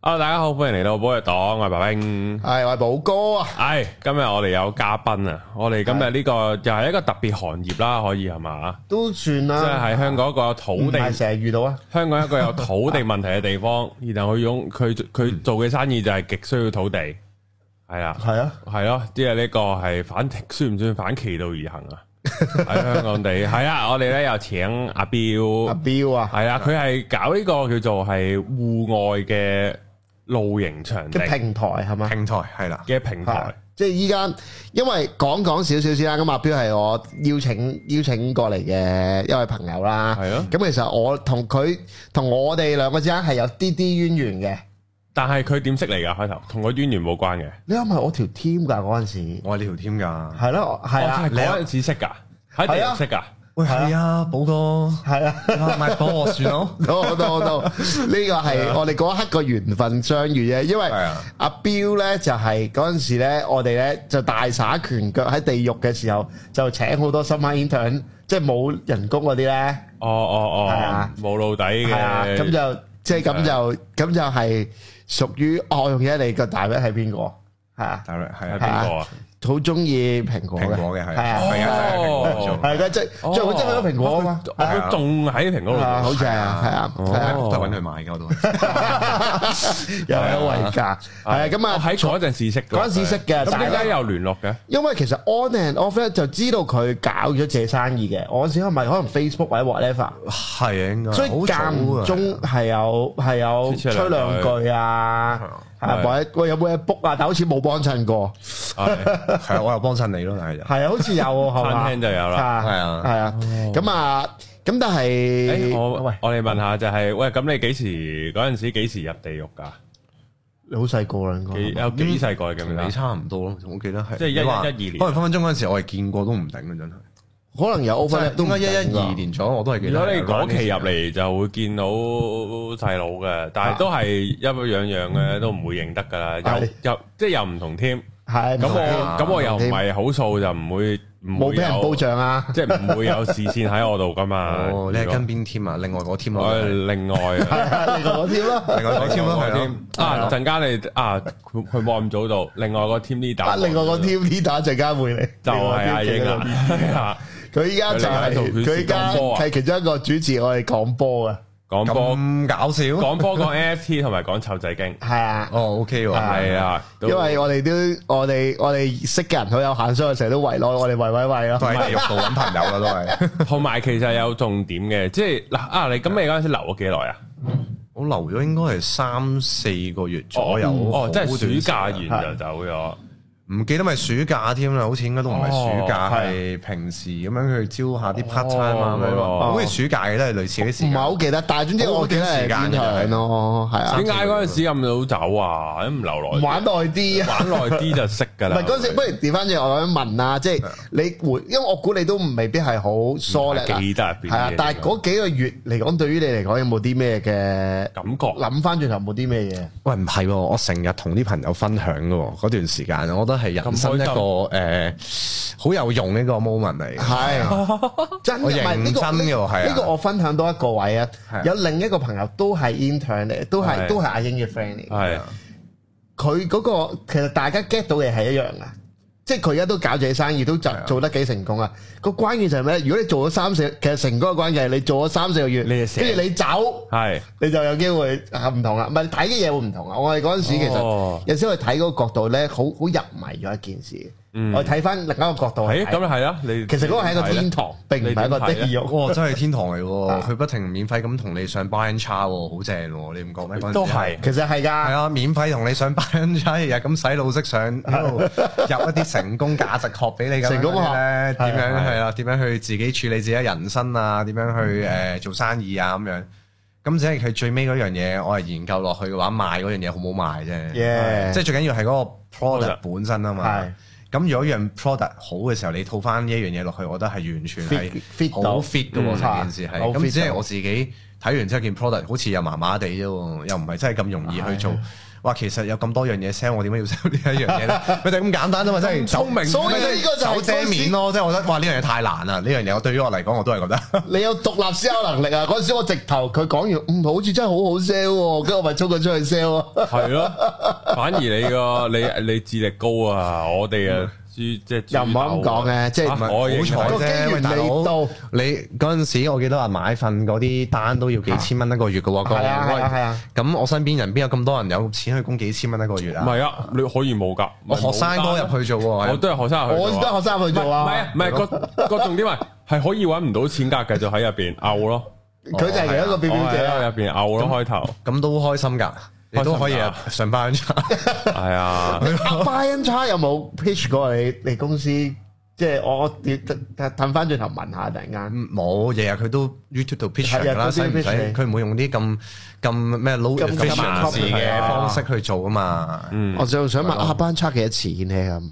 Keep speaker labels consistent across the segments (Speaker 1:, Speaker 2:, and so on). Speaker 1: 啊！大家好，歡迎嚟到寶藥黨，我係白冰。
Speaker 2: 系喂，寶哥啊，
Speaker 1: 唉，今日我哋有嘉賓啊！我哋今日呢個又係一個特別行業啦，可以係嘛？
Speaker 2: 都算
Speaker 1: 即係
Speaker 2: 啦，
Speaker 1: 喺香港一個有
Speaker 2: 唔
Speaker 1: 土地，
Speaker 2: 嗯係成日遇到啊，
Speaker 1: 香港一個有土地問題嘅地 方，然後佢用佢佢
Speaker 2: 嗯
Speaker 1: 做嘅生意就係極需要土地，係啦，
Speaker 2: 係啊，
Speaker 1: 係咯，即係呢個係反算唔算反其道而行 啊？喺香港地係啊，我哋咧又請阿
Speaker 2: 阿
Speaker 1: 彪。
Speaker 2: 彪啊，
Speaker 1: 系啦，佢係搞呢個叫做係户外嘅露營場地
Speaker 2: 嘅平台係嘛？
Speaker 3: 平台係啦，
Speaker 1: 嘅平
Speaker 2: 啊
Speaker 1: 台，
Speaker 2: 即係依家，因為講講少少先啦。咁阿彪係我邀請邀請過嚟嘅一位朋友啦。
Speaker 1: 係啊咯
Speaker 2: 咁其實我同佢同我哋兩個之間係有啲啲淵源嘅。
Speaker 1: 但係佢點識嚟㗎？開頭同個淵源冇關嘅，
Speaker 2: 你啱係我條 team 㗎嗰陣時，
Speaker 3: 我係呢條 team 㗎。
Speaker 2: 係咯，係
Speaker 1: 我
Speaker 2: 啊，
Speaker 1: 哦係嗰陣時識㗎，喺地
Speaker 2: 係
Speaker 1: 下
Speaker 2: 啊
Speaker 1: 識㗎，
Speaker 3: 喂，係啊，寶哥，
Speaker 2: 係啊。
Speaker 3: 咪幫我 算 咯。
Speaker 2: 到到到，呢個係我哋嗰一刻個緣分相遇啫。因為
Speaker 3: 係啊
Speaker 2: 阿彪呢，就係嗰陣時咧，我哋呢就大耍拳腳喺地獄嘅時候，就請好多 summer intern，即係冇人工嗰啲呢。
Speaker 1: 哦哦
Speaker 2: 係
Speaker 1: 哦
Speaker 2: 啊，
Speaker 1: 冇老底
Speaker 2: 係啊，咁
Speaker 1: 嘅，
Speaker 2: 就即係咁就咁就係屬於我用嘢你個大 v 係邊個？係啊，
Speaker 3: 大係
Speaker 1: 係
Speaker 3: 啊，
Speaker 1: 邊個啊？
Speaker 2: 好中意蘋果嘅，
Speaker 3: 蘋果嘅
Speaker 2: 係
Speaker 3: 係啊，
Speaker 2: 啊，
Speaker 3: 係啊，係啊
Speaker 1: 哦
Speaker 3: 蘋果做
Speaker 2: 係嘅，即係最好真係嗰個蘋果啊嘛，
Speaker 1: 我都仲喺蘋果度
Speaker 2: 係啊，
Speaker 1: 做，
Speaker 2: 好似係啊，係啊， 係啊。
Speaker 1: 哦
Speaker 3: 都係揾佢買嘅我都。
Speaker 2: 又有優惠價，係啊，咁
Speaker 1: 我
Speaker 2: 啊，
Speaker 1: 喺嗰陣時識㗎，
Speaker 2: 嗰陣時識嘅
Speaker 1: 咁
Speaker 2: 但係
Speaker 1: 點解啊又聯 絡嘅？
Speaker 2: 因為其實 on and off 咧就知道佢搞咗自己生意嘅，我嗰時係咪可能 Facebook 或者 whatever，
Speaker 3: 係啊，應該。
Speaker 2: 所以
Speaker 3: 好早
Speaker 2: 間唔
Speaker 3: 啊
Speaker 2: 中係有係有
Speaker 1: 吹
Speaker 2: 吹
Speaker 1: 兩
Speaker 2: 兩句啊，啊
Speaker 1: 係
Speaker 2: 或者喂有冇嘢 book 啊，但好似冇幫襯過，
Speaker 1: 係
Speaker 3: 係啊，我又幫襯你咯，但係就
Speaker 2: 係啊，好似有係嘛？
Speaker 1: 餐廳就有啦
Speaker 2: 啊
Speaker 3: 係啊
Speaker 2: 係啊，咁啊，咁但
Speaker 1: 誒
Speaker 2: 係
Speaker 1: 我
Speaker 2: 喂，
Speaker 1: 我哋問下就係喂，咁你幾時嗰陣時幾時入地獄㗎？
Speaker 2: 你好細個啦，應
Speaker 1: 幾
Speaker 2: 該
Speaker 1: 有幾細個嘅咁
Speaker 3: 同
Speaker 1: 樣
Speaker 3: 你？差唔多咯，我記得係
Speaker 1: 即係一
Speaker 3: 你話
Speaker 1: 一一二年
Speaker 3: 可能分分鐘嗰陣時我係見過都唔頂嘅真係，
Speaker 2: 可能有 over 都
Speaker 3: 都
Speaker 2: 唔
Speaker 3: 應該一
Speaker 2: 定
Speaker 3: 一
Speaker 2: 㗎
Speaker 3: 二年左右我都係記得。
Speaker 1: 如果你嗰期入嚟就會見到細佬嘅，但係都係一模樣樣嘅，都唔會認得㗎啦。又
Speaker 2: 係
Speaker 1: 又即係又唔同添。咁
Speaker 2: 係唔同
Speaker 1: 我
Speaker 2: 啊
Speaker 1: 咁我又唔係好數，就唔會唔
Speaker 2: 冇
Speaker 1: 會
Speaker 2: 俾人
Speaker 1: 有
Speaker 2: 報，帳啊，
Speaker 1: 即係唔會有視線喺我度㗎嘛。
Speaker 3: 哦，你係
Speaker 1: 如果
Speaker 3: 跟邊 team 啊？另外嗰 team
Speaker 1: 我
Speaker 3: 咯，
Speaker 1: 係另外啊
Speaker 2: 你個添咯。
Speaker 3: 另外嗰 team 咯，係咯。
Speaker 1: 啊陣間你啊佢佢望唔早到，另外個 team leader，
Speaker 2: 啊！另外個 team leader 陣間會嚟，
Speaker 1: 就係 阿英啦， 係啊，
Speaker 2: 佢依家就係佢依家係其中一個主持，我哋講波啊嘅，
Speaker 1: 講波
Speaker 3: 咁搞笑，
Speaker 1: 講波講 NFT 同埋講臭仔經，
Speaker 2: 係啊，
Speaker 3: 哦，OK 喎，
Speaker 1: 係
Speaker 3: 係啊，
Speaker 1: 啊，都
Speaker 2: 因為我哋都我哋我哋識嘅人好有限，所以我成日都圍內我哋圍圍圍
Speaker 3: 都
Speaker 2: 咯，
Speaker 3: 係喺獄度揾朋友啦，都係。
Speaker 1: 同埋其實有重點嘅，即係嗱啊，你咁你嗰陣時留咗幾耐啊？
Speaker 3: 我留咗應該係三四個月左右，
Speaker 1: 哦，即係
Speaker 3: 好短
Speaker 1: 暑假
Speaker 3: 時間
Speaker 1: 完就走咗。
Speaker 3: 唔記得咪暑假添啦，好似應該都唔係暑假，
Speaker 1: 哦
Speaker 3: 係平時咁樣去招下啲 part time 啊咁樣
Speaker 1: 哦
Speaker 3: 咯，好似暑假嘅都係類似啲時
Speaker 2: 唔
Speaker 3: 間
Speaker 2: 係。好記得，但係總之我記得係邊場咯，係啊，
Speaker 1: 點解嗰陣時咁早走啊？都唔留耐，
Speaker 2: 玩耐啲啊！
Speaker 1: 玩耐啲就識㗎
Speaker 2: 唔
Speaker 1: 啦。
Speaker 2: 係嗰陣時，不如調翻轉我想問啊，即係你回，因為我估你都未必係好疏叻啦，
Speaker 1: 記得入邊
Speaker 2: 係啊
Speaker 1: 嘅，
Speaker 2: 但係嗰幾個月嚟講，對於你嚟講有冇啲咩嘅
Speaker 1: 感覺啊
Speaker 2: 諗翻轉頭冇啲咩嘢？
Speaker 3: 喂，唔係喎，我成日同啲朋友分享嘅喎，嗰段時間，我覺得係人生一
Speaker 1: 咁
Speaker 3: 個誒好有用嘅一個 moment 嚟嘅。
Speaker 2: 係真嘅，
Speaker 3: 我
Speaker 2: 唔係呢個
Speaker 3: 認真嘅喎係啊
Speaker 2: 呢個我分享多一個位啊
Speaker 3: 係啊，
Speaker 2: 有另一個朋友都係 intern 嚟，都
Speaker 1: 係
Speaker 2: 係都係阿英嘅 friend 嚟。
Speaker 1: 係
Speaker 3: 啊
Speaker 2: 佢嗰個其實大家 get 到嘅係一樣啊，即係佢而家都搞自己生意，都就
Speaker 3: 係啊
Speaker 2: 做得幾成功啊。個關鍵就係咩？如果你做咗三四，其實成功嘅關鍵係你做咗三四個月，
Speaker 1: 你就成
Speaker 2: 跟住你走，
Speaker 1: 係
Speaker 2: 你就有機會啊唔同啦。唔係你睇嘅嘢會唔同啊。我哋嗰陣時其
Speaker 1: 哦
Speaker 2: 實有時我哋睇嗰個角度咧，好好入迷咗一件事。
Speaker 1: 嗯
Speaker 2: 我哋睇翻另一個角度去
Speaker 1: 係
Speaker 2: 睇，
Speaker 1: 咁係啦。你
Speaker 2: 其實嗰個係一個天堂，並唔係一個地
Speaker 1: 你點睇啊
Speaker 2: 獄。
Speaker 3: 哇，真係天堂嚟喎！
Speaker 2: 啊
Speaker 3: 佢不停免費咁同你上 buy and char 喎，好正喎！你唔覺咩？嗰陣時
Speaker 1: 都係
Speaker 2: 其實係
Speaker 3: 係
Speaker 2: 㗎，
Speaker 3: 啊，免費同你上班日日咁洗腦式 上，一路入一啲成功價值學俾你咁樣
Speaker 2: 成功學
Speaker 3: 咧，點
Speaker 2: 係啊
Speaker 3: 樣
Speaker 1: 係
Speaker 3: 係啦？點樣去自己處理自己人生啊？點樣去
Speaker 2: 嗯
Speaker 3: 誒做生意啊？咁樣咁只係佢最尾嗰樣嘢，我係研究落去嘅話，賣嗰樣嘢好唔好賣啫
Speaker 2: Yeah
Speaker 3: 即係最緊要係嗰個 product 本身啊嘛
Speaker 2: 係。
Speaker 3: 咁如果樣 product 好嘅時候，你套翻呢一樣嘢落去，我覺得係完全係
Speaker 2: Fit- fit
Speaker 3: 好
Speaker 2: 到
Speaker 3: fit 嘅喎，
Speaker 2: 嗯
Speaker 3: 成件事係。
Speaker 2: 好
Speaker 3: 咁
Speaker 2: fit
Speaker 3: 即係
Speaker 2: 到
Speaker 3: 我自己睇完之後件 product 好似又麻麻地啫喎，又唔係真係咁容易去做。哇，其實有咁多樣嘢 sell，我點解要 sell 呢一樣嘢 咧？咪就係咁簡單啫嘛，真係
Speaker 1: 聰明
Speaker 3: 手
Speaker 2: 所以呢個就係
Speaker 3: 手遮面咯，即係我覺得哇呢樣嘢太難啦，呢樣嘢我對於我嚟講我都係覺得。
Speaker 2: 你有獨立 sell 能力啊！嗰陣時我直頭佢講完，嗯，好似真係好好 sell 喎，跟住我咪衝佢出去 sell 啊！
Speaker 1: 係咯，反而你個你你智力高啊，我哋啊豬即係
Speaker 2: 嗯又唔好咁講嘅，即係
Speaker 1: 啊我認
Speaker 3: 好彩
Speaker 2: 個機
Speaker 3: 啫，
Speaker 2: 緣
Speaker 3: 喂大佬
Speaker 2: 未到，
Speaker 3: 你嗰陣時，我記得話買份嗰啲單都要幾千蚊一個月嘅喎，各位
Speaker 2: 係啊係啊係啊
Speaker 3: 咁我身邊人邊有咁多人有錢去供幾千蚊一個月
Speaker 1: 唔
Speaker 3: 啊？
Speaker 1: 係啊，你可以冇㗎。
Speaker 3: 我學生哥入去做
Speaker 1: 我
Speaker 3: 喎，
Speaker 1: 都係學生入去
Speaker 2: 我
Speaker 1: 做啊。
Speaker 2: 都係學生去做
Speaker 1: 唔係
Speaker 2: 啊！
Speaker 1: 唔係個個重點係係可以揾唔到錢㗎，繼續喺入邊嘔咯，
Speaker 2: 佢就係其
Speaker 1: 哦啊
Speaker 2: 中一個表表啊者
Speaker 1: 喺
Speaker 2: 啦。
Speaker 1: 入邊嘔咯開頭，
Speaker 3: 啊咁都開心㗎，你都可以
Speaker 1: 開心㗎
Speaker 3: 啊上班查。
Speaker 1: 係啊，
Speaker 2: Buy and try 有冇 pitch 過你你公司？即係我我要褪翻轉頭問下，突然間
Speaker 3: 冇，日日佢都 YouTube 度 pitch
Speaker 2: 日日
Speaker 3: 㗎啦，
Speaker 2: 都
Speaker 3: 使唔使
Speaker 2: pitch 你？
Speaker 3: 佢唔會用啲咁咁咩 low
Speaker 2: 咁
Speaker 3: efficiency
Speaker 2: 咁麻煩
Speaker 3: 嘅
Speaker 2: 啊
Speaker 3: 方式去做啊嘛？
Speaker 1: 嗯，
Speaker 2: 我就想問啊，班差幾多錢呢？咁？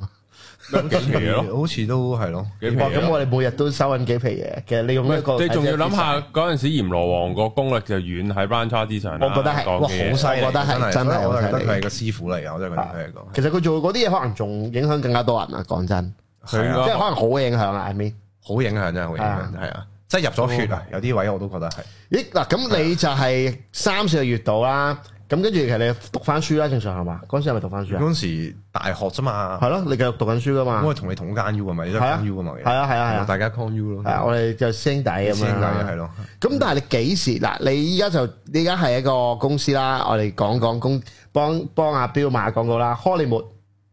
Speaker 1: 幾皮咯，
Speaker 3: 好似都係咯，
Speaker 1: 幾皮
Speaker 2: 哇！咁
Speaker 1: 咯。
Speaker 2: 我哋每日都收緊幾皮嘢，其實你用一個
Speaker 1: 啊你仲要諗下嗰陣時，閻羅王個功力就遠喺 b r a n c h 之上啊啦。
Speaker 2: 我覺得係
Speaker 1: 講
Speaker 3: 哇好
Speaker 1: 嘅
Speaker 3: 犀
Speaker 1: 嘢
Speaker 3: 利，
Speaker 2: 我覺得係真係啊
Speaker 3: 我
Speaker 2: 好犀
Speaker 3: 覺
Speaker 2: 利
Speaker 3: 得佢係個師傅嚟㗎，我真係覺得佢係個。
Speaker 2: 其實佢做嗰啲嘢可能仲影響更加多人啊！講真，
Speaker 1: 佢應
Speaker 2: 即係可
Speaker 1: 該
Speaker 2: 能好影響啊！I mean，
Speaker 3: 啊好影響真係好影響，係啊，即係入咗血啊！有啲位我都覺得係，
Speaker 2: 咦嗱，咁你就係三四個月度啦，咁跟住其實你讀翻書啦，正常係嘛？嗰陣時係咪讀翻書啊？
Speaker 3: 嗰陣時大學啫嘛，
Speaker 2: 係咯，你繼續讀緊書噶嘛？
Speaker 3: 我係同你同間 U 啊嘛，你都
Speaker 2: 係
Speaker 3: 係
Speaker 2: 啊
Speaker 3: 間 U 啊嘛，其實
Speaker 2: 係啊係啊係啊
Speaker 3: 大家 con U 咯，
Speaker 2: 係啊，我哋就師兄弟咁
Speaker 3: 師
Speaker 2: 樣啊
Speaker 3: 兄弟
Speaker 2: 啦。
Speaker 3: 係咯，
Speaker 2: 咁但係你幾時嗱？你依家就你依家係一個公司啦，我哋講講公幫幫阿彪賣廣告啦。Hollywood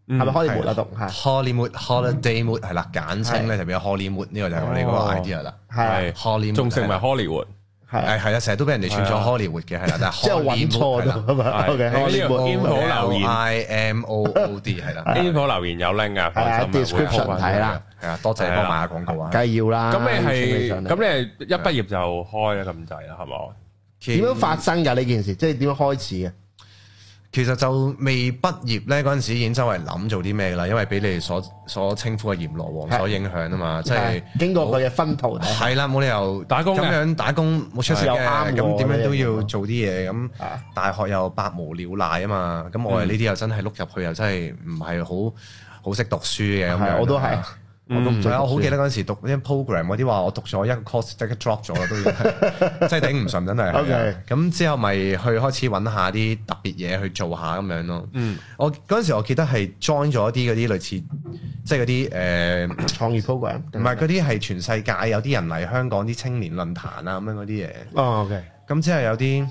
Speaker 1: 嗯
Speaker 2: 係咪 Hollywood 啊？讀係
Speaker 3: Hollywood Holiday Mood 係啦，簡稱咧就變咗 Hollywood 呢個就係我哋
Speaker 1: 哦
Speaker 3: 嗰個 idea 啦。
Speaker 2: 係
Speaker 1: 係
Speaker 3: Hollywood
Speaker 1: 仲成為 Hollywood，
Speaker 2: 係啊
Speaker 3: 誒係啊，成日都俾人哋串咗 Hollywood 嘅係啦， 但係
Speaker 2: 之後揾錯咗啊嘛。
Speaker 1: 係
Speaker 2: OK，
Speaker 1: 呢個
Speaker 2: Hollywood
Speaker 1: info 留言
Speaker 3: I M O O D 係啦，
Speaker 1: 呢個留言有 link 啊，
Speaker 2: 係啊
Speaker 1: 放心啊會
Speaker 2: description
Speaker 1: 鋪返
Speaker 2: 睇啦
Speaker 3: 係啊，多謝你幫埋下廣告啊。
Speaker 2: 梗係要啦。
Speaker 1: 咁你係
Speaker 2: 上嚟
Speaker 1: 咁你係一畢業就開啦咁滯啦，係咪？
Speaker 2: 點樣發生㗎呢件事？即係點樣開始嘅？
Speaker 3: 其實就未畢業呢嗰陣時已經周圍諗做啲咩啦，因為俾你哋所所稱呼嘅閻羅王
Speaker 2: 係
Speaker 3: 所影響啊嘛，即係
Speaker 2: 係經過佢嘅分途睇，
Speaker 3: 係啦，冇理由
Speaker 1: 打工嘅
Speaker 3: 咁樣打工冇出息
Speaker 2: 又
Speaker 3: 嘅，
Speaker 2: 啱喎
Speaker 3: 咁點樣都
Speaker 2: 呢
Speaker 3: 要
Speaker 2: 樣嘢
Speaker 3: 做啲嘢咁
Speaker 2: 啊。
Speaker 3: 大學又百無聊賴啊嘛，咁
Speaker 2: 嗯
Speaker 3: 我哋呢啲又真係碌入去又真係唔係好好識讀書嘅咁樣。
Speaker 2: 係我都係，我都唔
Speaker 3: 係啊，我好記
Speaker 2: 記
Speaker 3: 得嗰陣時讀啲 program 嗰啲話，我讀咗一個 course 即刻 drop 咗啦，都要真係頂唔順，真係。係啊
Speaker 2: OK
Speaker 3: 咁之後咪去開始揾下啲特別嘢去做下咁樣咯。
Speaker 1: 嗯，
Speaker 3: 我嗰陣時我記得係 join 咗一啲嗰啲類似，即係嗰啲誒，
Speaker 2: 創業 program
Speaker 3: 唔係嗰啲係全世界有啲人嚟香港啲青年論壇啊咁樣嗰啲嘢。
Speaker 2: 哦，OK，
Speaker 3: 咁之後有啲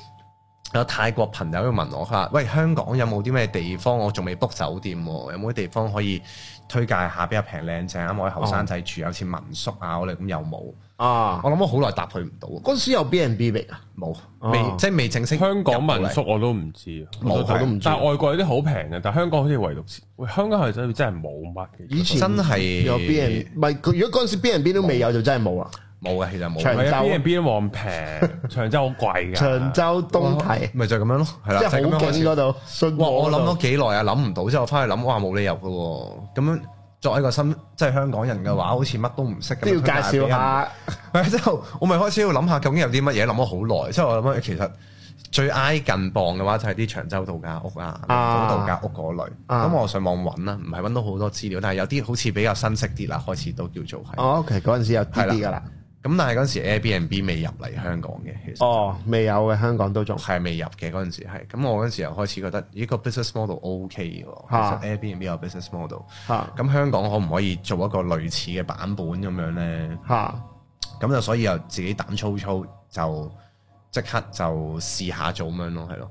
Speaker 3: 有泰國朋友去問我，佢話：喂，香港有冇啲咩地方我仲未 book 酒店喎？有冇啲地方可以推介下比較平靚正？啊啱我喺後生仔住，有似民宿啊，我哋咁又冇。
Speaker 2: 啊，
Speaker 3: 我諗我好耐答佢唔到，
Speaker 2: 嗰陣時有 B&B 未啊？
Speaker 3: 冇
Speaker 2: 哦
Speaker 3: 未即係未正式
Speaker 1: 香港民
Speaker 3: 入
Speaker 1: 宿我都唔知，
Speaker 2: 冇我都唔知
Speaker 1: 但係外國有啲好平嘅，但係香港好似唯獨是，喂，香港係真係真係冇乜嘅。
Speaker 2: 以前
Speaker 3: 真係
Speaker 2: 有 B&B，唔係佢如果嗰陣時 B&B 都未有就真係冇啦。啊
Speaker 3: 到嚟冇嘅，其實冇
Speaker 1: 係
Speaker 2: 長
Speaker 1: 啊
Speaker 2: 洲
Speaker 1: ，B&B 都冇咁 平，長洲好貴㗎。
Speaker 2: 長洲東堤
Speaker 3: 咪就係咁樣咯，係啦，
Speaker 2: 即係
Speaker 3: 就係咁
Speaker 2: 好
Speaker 3: 樣開
Speaker 2: 勁
Speaker 3: 始
Speaker 2: 嗰度，信
Speaker 3: 哇！
Speaker 2: 和
Speaker 3: 我諗
Speaker 2: 嗰
Speaker 3: 咗
Speaker 2: 度
Speaker 3: 幾耐啊，諗唔到之後翻去諗，哇冇理由嘅喎。咁樣作為一個新即係香港人嘅話，好似乜都唔識咁樣
Speaker 2: 都要
Speaker 3: 推介俾
Speaker 2: 介紹
Speaker 3: 人
Speaker 2: 下，
Speaker 3: 係啊之後我咪開始要諗下究竟有啲乜嘢，諗咗好耐。之後我諗其實最挨近磅嘅話就係啲長洲度假屋啊、
Speaker 2: 啊
Speaker 3: 港島度假屋嗰類。咁、
Speaker 2: 啊
Speaker 3: 我上網揾啦，唔係揾到好多資料，但係有啲好似比較新式啲啦，開始都叫做係。咁、
Speaker 2: 哦，OK，嗰陣時有啲啲㗎啦。
Speaker 3: 但係嗰陣時 Airbnb 未入嚟香港嘅，其實
Speaker 2: 哦，未有嘅香港都仲
Speaker 3: 係未入嘅嗰陣時係。咁我嗰陣時又開始覺得呢個 business model OK 喎，
Speaker 2: 啊
Speaker 3: 其實 Airbnb 有 business model。
Speaker 2: 嚇
Speaker 3: 咁香港可唔可以做一個類似嘅版本咁樣呢？
Speaker 2: 嚇
Speaker 3: 咁就所以又自己膽粗粗就即刻就試下做咁樣咯，係咯。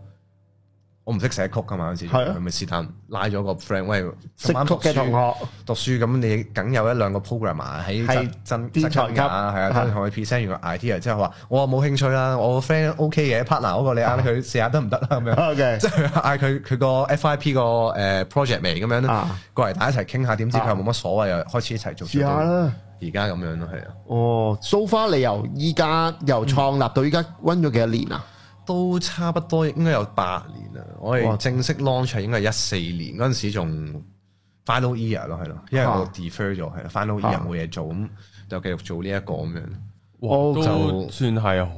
Speaker 3: 我唔識寫曲噶嘛嗰陣時，
Speaker 2: 係啊
Speaker 3: 佢咪是但拉咗個 friend，喂，
Speaker 2: 識曲嘅同學
Speaker 3: 讀書咁，你梗有一兩個 programmer 喺
Speaker 2: 係
Speaker 3: 真
Speaker 2: 天
Speaker 3: 真
Speaker 2: 才級
Speaker 3: 係啊，
Speaker 2: 係
Speaker 3: 真係同佢 present 完個 idea 之後話，我話冇興趣啦，我個 friend OK 嘅 partner 嗰個你嗌佢試下得唔得啦咁樣。
Speaker 2: ，OK，
Speaker 3: 即係嗌佢佢個 FIP 個誒 project 嚟咁樣咧
Speaker 2: 啊，
Speaker 3: 過嚟大家一齊傾下，點知佢又冇乜所謂，又開始一齊做。
Speaker 2: 試下，啦。
Speaker 3: 而家咁樣咯，係啊。
Speaker 2: 哦，so far 你由依家由創立到依家温咗幾多年啊？
Speaker 3: 都差不多應該有八年啦。我
Speaker 2: 哇
Speaker 3: 哋正式 launch 係應該係一四年嗰陣時仲 final year 咯，係咯，因為
Speaker 2: 啊
Speaker 3: 我 defer 咗係啦 final
Speaker 2: 啊
Speaker 3: year 冇嘢做，咁就繼續做呢一個咁樣。
Speaker 1: 哇
Speaker 2: 我
Speaker 1: 都算係好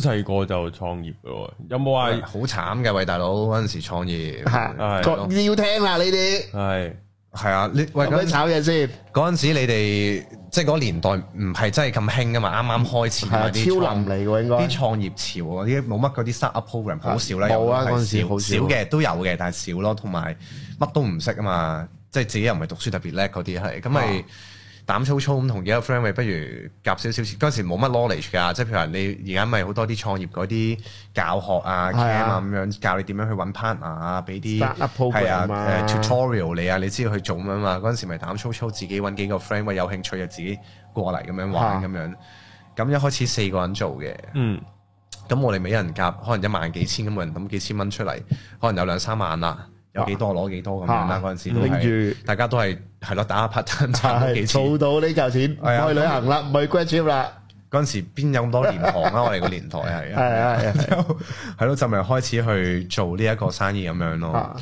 Speaker 1: 細個就創業嘅喎。有冇話
Speaker 3: 好慘嘅，喂大佬嗰陣時創業
Speaker 1: 係
Speaker 2: 吓，個你要聽啦，你哋
Speaker 1: 係
Speaker 3: 係啊，你喂
Speaker 2: 咁
Speaker 3: 嗰
Speaker 2: 樣
Speaker 3: 陣
Speaker 2: 炒嘢先，
Speaker 3: 嗰陣時你哋即係嗰年代唔係真係咁興噶嘛，啱啱開始
Speaker 2: 係啊，
Speaker 3: 嗰啲
Speaker 2: 超能
Speaker 3: 創
Speaker 2: 嚟嘅應該
Speaker 3: 啲。創業潮嗰啲冇乜嗰啲 startup program 好少啦，
Speaker 2: 冇啊
Speaker 3: 有
Speaker 2: 嗰陣時
Speaker 3: 係
Speaker 2: 好少
Speaker 3: 少嘅都有嘅，但係少咯，同埋乜都唔識啊嘛，即係自己又唔係讀書特別叻嗰啲係，咁
Speaker 2: 啊
Speaker 3: 咪膽粗粗咁同幾個 friend 咪不如夾少少錢，嗰陣時冇乜 knowledge 㗎，即係譬如話你而家咪好多啲創業嗰啲教學啊、
Speaker 2: 係
Speaker 3: cam
Speaker 2: 啊
Speaker 3: 啊咁樣，教你點樣去揾 partner 啊，俾啲
Speaker 2: Startup program
Speaker 3: 係
Speaker 2: 啊
Speaker 3: 誒 tutorial 你啊，你知道去做咁樣嘛，嗰陣時咪膽粗粗自己揾幾個 friend 喂有興趣就自己過嚟咁樣玩
Speaker 2: 嚇
Speaker 3: 咁樣，咁一開始四個人做嘅。
Speaker 1: 嗯
Speaker 3: 咁我哋每人夾可能一萬幾千咁，每人抌幾千蚊出嚟，可能有兩三萬啦，有幾多攞幾多咁樣啦。
Speaker 2: 啊
Speaker 3: 嗰陣時都
Speaker 2: 拎
Speaker 3: 係
Speaker 2: 住
Speaker 3: 大家都係係咯，打下 part time 賺到
Speaker 2: 係
Speaker 3: 幾千。
Speaker 2: 儲到呢嚿錢，
Speaker 3: 係啊
Speaker 2: 去旅行啦，唔去 grad trip 啦，
Speaker 3: 嗰陣時邊有咁多廉航啊？我哋個年代係
Speaker 2: 係啊係啊
Speaker 3: 係係咯，就咪開始去做呢一個生意咁樣咯
Speaker 2: 啊。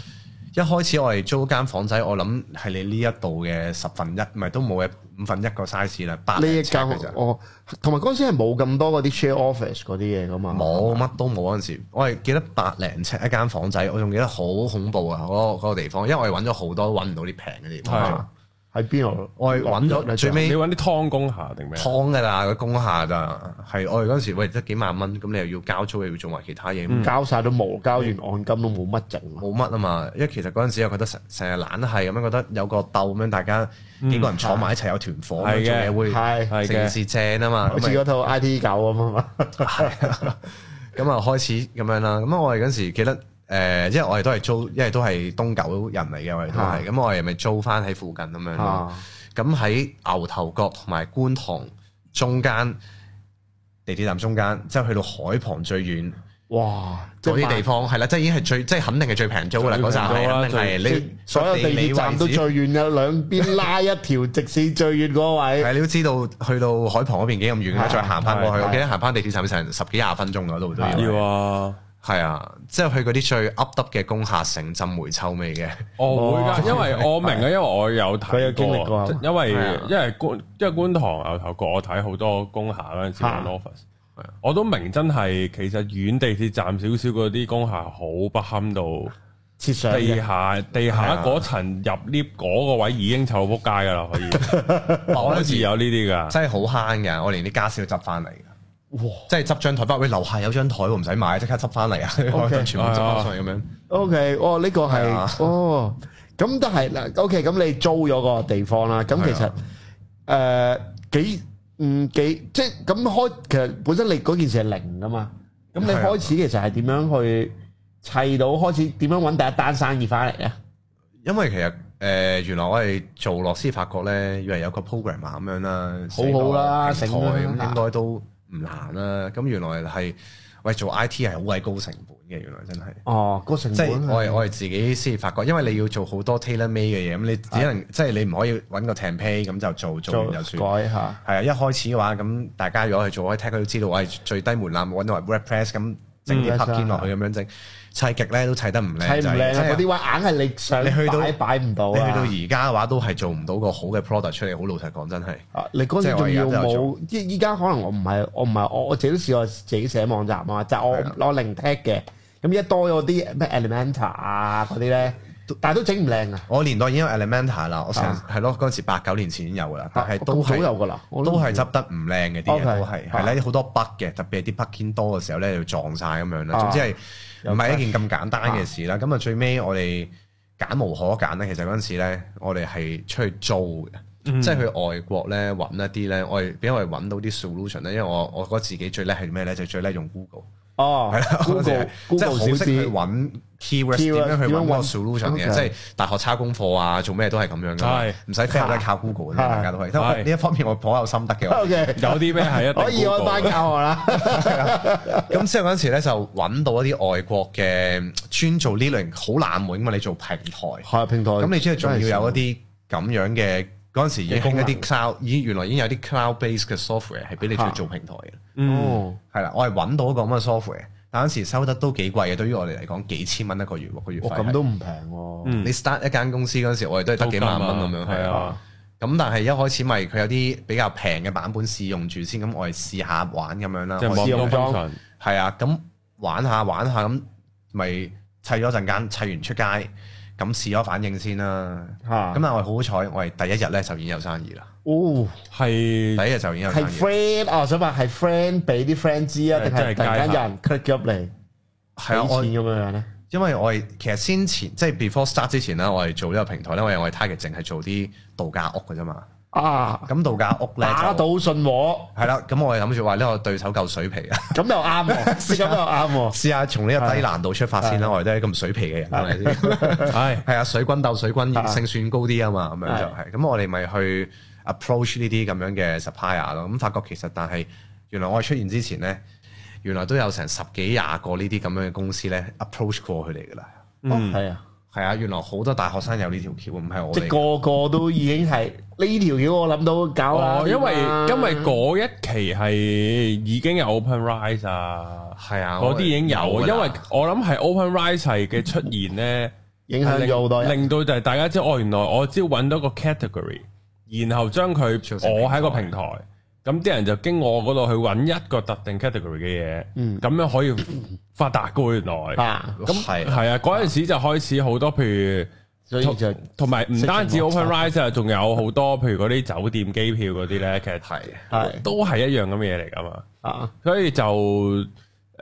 Speaker 3: 一開始我哋租間房仔，我諗係你呢一度嘅十分一，唔係都冇嘅五分一個 size 啦，百
Speaker 2: 啊呢
Speaker 3: 零
Speaker 2: 一
Speaker 3: 尺
Speaker 2: 間
Speaker 3: 啊嘅咋
Speaker 2: 我同埋嗰陣時係冇咁多嗰啲 share office 嗰啲嘢噶嘛，
Speaker 3: 冇乜都冇嗰陣時，我係記得百零尺一間房仔，我仲記得好恐怖啊！嗰、嗰個地方，因為我哋揾咗好多揾唔到啲平嘅地
Speaker 1: 係
Speaker 3: 方，
Speaker 2: 啊喺邊度？
Speaker 3: 我係揾咗最
Speaker 1: 你
Speaker 3: 尾
Speaker 1: 揾啲湯工下定咩？啊
Speaker 3: 劏㗎啦，個工廈咋，係我哋嗰陣時喂得幾萬蚊，咁你又要交租又要做埋其他嘢，
Speaker 1: 嗯
Speaker 2: 交晒都冇，交完按金都冇乜剩啊。
Speaker 3: 冇乜啊嘛。因為其實嗰陣時又覺得成成日懶係咁樣，覺得有個鬥咁樣，大家幾個人坐埋一齊有團火咁
Speaker 1: 嗯係嘅
Speaker 3: 樣做嘢會
Speaker 1: 係
Speaker 2: 係
Speaker 1: 嘅
Speaker 3: 成件事正啊嘛。
Speaker 2: 好似
Speaker 3: 咁咪
Speaker 2: 嗰套 I T 九咁啊嘛，
Speaker 3: 咁啊開始咁樣啦。咁我哋嗰陣時記得誒、呃因為我哋都係租，因為都係東九人嚟嘅，我哋都係。咁我哋咪租翻喺附近咁樣咯。
Speaker 2: 啊
Speaker 3: 咁喺牛頭角同埋觀塘中間地鐵站中間，即係去到海旁最遠
Speaker 2: 哇！即
Speaker 3: 嗰
Speaker 2: 係
Speaker 3: 啲地方，係啦，即係已經係最，即係肯定係最平租啦。
Speaker 1: 最平
Speaker 3: 嗰
Speaker 1: 租
Speaker 3: 陣
Speaker 1: 啦
Speaker 3: 係肯定係
Speaker 2: 萬
Speaker 3: 你
Speaker 2: 所有地鐵站都
Speaker 3: 地理位
Speaker 2: 最
Speaker 3: 置
Speaker 2: 遠嘅，兩邊拉一條直線最遠嗰位。
Speaker 3: 係你都知道去到海旁嗰邊幾咁遠啦，
Speaker 2: 係
Speaker 3: 再行翻過去，
Speaker 2: 係
Speaker 3: 我記得行翻地鐵站成十幾廿分鐘嗰度都要。
Speaker 1: 要啊！
Speaker 3: 係啊，即係去嗰啲最噏耷嘅工廈，成浸梅臭 味嘅。
Speaker 1: 我哦會
Speaker 2: 哇
Speaker 1: 㗎，因為我明啊，因為我有
Speaker 2: 哦佢有
Speaker 1: 睇
Speaker 2: 經歷過
Speaker 1: 過，因為
Speaker 3: 係啊
Speaker 1: 因為觀因為觀塘牛頭角，我睇好多工廈嗰陣時揾
Speaker 2: 嚇
Speaker 1: office，我都明真係其實遠地鐵站少少嗰啲工廈好不堪到，
Speaker 2: 設想
Speaker 1: 地
Speaker 3: 啊
Speaker 2: 嘅
Speaker 1: 下地
Speaker 3: 係
Speaker 1: 下
Speaker 3: 啊
Speaker 1: 嗰層入 lift 嗰個位已經臭到仆街㗎啦，可以
Speaker 2: 哦
Speaker 3: 我
Speaker 1: 可
Speaker 3: 嗰
Speaker 1: 以
Speaker 3: 時
Speaker 1: 有呢啲㗎，
Speaker 3: 真係好慳㗎，我連啲家私都執翻嚟㗎。
Speaker 2: 哇
Speaker 3: 即係執張台翻，喂樓下有張台喎，唔使買，即刻執翻嚟啊！ 我哋全部執
Speaker 2: 啊
Speaker 3: 翻上嚟咁樣。
Speaker 2: ，OK，哦呢個
Speaker 3: 係啊
Speaker 2: 係哦，咁但係嗱，OK，咁你租咗個地方啦，咁其
Speaker 3: 係啊
Speaker 2: 實誒幾嗯幾即係咁開，其實本身你嗰件事係零噶嘛，咁你
Speaker 3: 係啊
Speaker 2: 開始其實係點樣去砌到開始點樣揾第一單生意翻嚟啊咧？
Speaker 3: 因為其實誒、呃原來我哋做落先發覺咧，以為有個 program 啊咁樣啦，
Speaker 2: 好好啦
Speaker 3: 成
Speaker 2: 醒
Speaker 3: 台
Speaker 2: 啦啊
Speaker 3: 咁應該都唔難啦。咁原來係喂做 IT 係好鬼高成本嘅，原來真係。
Speaker 2: 哦，個成
Speaker 3: 即
Speaker 2: 本
Speaker 3: 係我係我係自己先發覺，因為你要做好多 tailor made 嘅嘢，咁你
Speaker 2: 啊
Speaker 3: 只能即係你唔可以揾個 template 咁就做做完就算。
Speaker 2: 改下。
Speaker 3: 係啊，一開始嘅話，咁大家如果去做開 tech 都知道，我係最低門檻揾到係 WordPress 咁整啲
Speaker 2: 嗯
Speaker 3: plug i 落去咁樣整，砌極咧都砌得唔
Speaker 2: 砌
Speaker 3: 靚
Speaker 2: 唔靚
Speaker 3: 仔，即
Speaker 2: 啊！
Speaker 3: 係
Speaker 2: 嗰啲位硬係你想
Speaker 3: 你去到
Speaker 2: 擺擺唔到
Speaker 3: 你去到
Speaker 2: 啊！
Speaker 3: 而家嘅話，都係做唔到個好嘅 product 出嚟。好老實講，真係
Speaker 2: 啊你嗰陣時仲
Speaker 3: 即係
Speaker 2: 要
Speaker 3: 我而家都有
Speaker 2: 冇，依依家可能我唔係我唔係我我自己都試過自己寫網站啊，就係
Speaker 3: 係啊
Speaker 2: 我我零 tag 嘅，咁一多咗啲咩 Elementor 啊嗰啲咧，但係都整唔靚啊！
Speaker 3: 我年代已經有 Elementor 啦，我成
Speaker 2: 啊
Speaker 3: 係咯嗰陣時八九年前已經有噶啦，但係都
Speaker 2: 咁早啊有
Speaker 3: 係
Speaker 2: 噶啦，我
Speaker 3: 都係執得唔靚嘅啲
Speaker 2: OK，啊
Speaker 3: 嘢，都係係咧好多 bug 嘅，特別係啲 bug 堅多嘅時候咧，要撞晒咁樣啦。
Speaker 2: 啊
Speaker 3: 總之係唔係一件咁簡單嘅事啦。咁啊最尾我哋揀無可揀咧，其實嗰陣時咧，我哋係出去租嘅。
Speaker 2: 嗯
Speaker 3: 即係去外國咧揾一啲咧，我係俾我哋揾到啲 solution 咧，因為我我覺得自己最叻係咩咧，就係最叻用 Google。
Speaker 2: 哦
Speaker 3: 係 啦
Speaker 2: ，Google
Speaker 3: 即係
Speaker 2: Google
Speaker 3: 好
Speaker 2: 小
Speaker 3: 識去
Speaker 2: 知
Speaker 3: 揾 keywords 點
Speaker 2: Keyword，
Speaker 3: 樣去揾
Speaker 2: 點樣
Speaker 3: 個
Speaker 2: 揾
Speaker 3: solution 嘅，
Speaker 2: OK
Speaker 3: 即係大學抄功課啊，做咩都係咁樣噶嘛
Speaker 1: 係，
Speaker 3: 唔使 fail 都係靠 Google 嘅，
Speaker 2: 係
Speaker 3: 大家都係。
Speaker 1: 係
Speaker 3: 呢一方面我頗有心得嘅。我
Speaker 2: ，OK，
Speaker 1: 有啲 咩係一定
Speaker 2: 可以
Speaker 1: Google
Speaker 2: 開班
Speaker 1: 嘅
Speaker 2: 教我啦，
Speaker 3: 咁之後嗰陣時咧就揾到一啲外國嘅嗯專做呢類型好冷門嘛，你做平台，咁
Speaker 2: 係平台，
Speaker 3: 你即係仲要有一啲咁樣嘅嗰陣時已經興一啲 cloud，已經原來已經有啲 cloud base 嘅 software 係俾你去做平台嘅。
Speaker 1: 嗯
Speaker 2: 哦，
Speaker 3: 係啦，我係揾到一個咁嘅 software，但嗰陣時收得都幾貴嘅，對於我哋嚟講幾千蚊一個月喎個月
Speaker 2: 我
Speaker 3: 費係。
Speaker 2: 哦咁都唔平喎，
Speaker 1: 嗯
Speaker 3: 你 start 一間公司嗰陣時，我哋都係得幾萬蚊咁樣，
Speaker 1: 係
Speaker 3: 係啊。
Speaker 1: 啊，
Speaker 3: 咁但係一開始咪佢有啲比較平嘅版本試用住先，咁我哋試下玩咁樣啦。
Speaker 1: 即係
Speaker 3: 我
Speaker 1: 望
Speaker 3: 試
Speaker 1: 到
Speaker 3: 用
Speaker 1: f
Speaker 3: 裝
Speaker 1: u
Speaker 3: 係啊，咁玩下玩下咁咪砌咗陣間，砌完出街咁試咗反應先啦。
Speaker 2: 吓
Speaker 3: 咁啊但係我好彩，我係第一日咧就已經有生意啦，
Speaker 2: 哦，
Speaker 1: 係
Speaker 3: 第一日就已經有
Speaker 2: 係
Speaker 3: 生意。
Speaker 2: friend 啊，我想問係 friend 俾啲 friend 知啊，
Speaker 1: 係
Speaker 2: 定係
Speaker 1: 真係街
Speaker 2: 突然間
Speaker 1: 客
Speaker 2: 有人 click 咗入嚟
Speaker 3: 係啊，
Speaker 2: 俾
Speaker 3: 我
Speaker 2: 錢咁樣樣咧？
Speaker 3: 因為我係其實先前即係 before start 之前咧，我係做呢個平台咧，因為我係 target 淨係做啲度假屋嘅啫嘛。
Speaker 2: 啊，
Speaker 3: 咁度假屋咧
Speaker 2: 打
Speaker 3: 就
Speaker 2: 到信和，
Speaker 3: 係啦，咁我係諗住話呢個對手夠水皮啊，
Speaker 2: 咁又啱喎，咁又啱喎。
Speaker 3: 試下從呢個低難度出發先啦。我哋都係咁水皮嘅人，係咪先？
Speaker 1: 係
Speaker 3: 係啊，水軍鬥水軍，
Speaker 2: 啊
Speaker 3: 勝算高啲啊嘛，咁樣就係。咁我哋咪去 approach 呢啲咁樣嘅 supplier 咯。咁發覺其實但係原來我哋出現之前咧，原來都有成十幾廿個呢啲咁樣嘅公司咧 approach 過佢哋噶啦。
Speaker 1: 嗯
Speaker 2: 係啊，
Speaker 3: 係啊，原來好多大學生有呢條橋，唔係我
Speaker 2: 即係
Speaker 3: 哋。
Speaker 2: 個個都已經係呢條橋，我諗到搞啦
Speaker 1: 哦，。因為
Speaker 2: 點啊
Speaker 1: 因為嗰一期係已經有 Open Rise 啊，
Speaker 3: 係啊，
Speaker 1: 嗰啲已經有
Speaker 3: 我
Speaker 1: 啊，
Speaker 3: 哋
Speaker 1: 因為我諗係 Open Rise 係嘅出現咧。
Speaker 2: 影響咗好多人。
Speaker 1: 令到就係大家知哦，原來我只要揾到個 category，然後將佢
Speaker 3: 做成平台
Speaker 1: 我喺個平台，咁啲人就經我嗰度去揾一個特定 category 嘅嘢，咁樣可以發達噶喎原來。
Speaker 2: 嗯啊，
Speaker 3: 咁係啊
Speaker 1: 係啊，嗰陣時就開始好多譬
Speaker 2: 所以
Speaker 1: 如
Speaker 2: 就
Speaker 1: 同，同埋唔單止
Speaker 2: 識整
Speaker 1: Open Rise 啊，仲有好多譬如嗰啲酒店機票嗰啲咧，其實
Speaker 3: 係
Speaker 2: 係
Speaker 1: 都係一樣咁嘅嘢嚟噶嘛。
Speaker 2: 啊，
Speaker 1: 所以就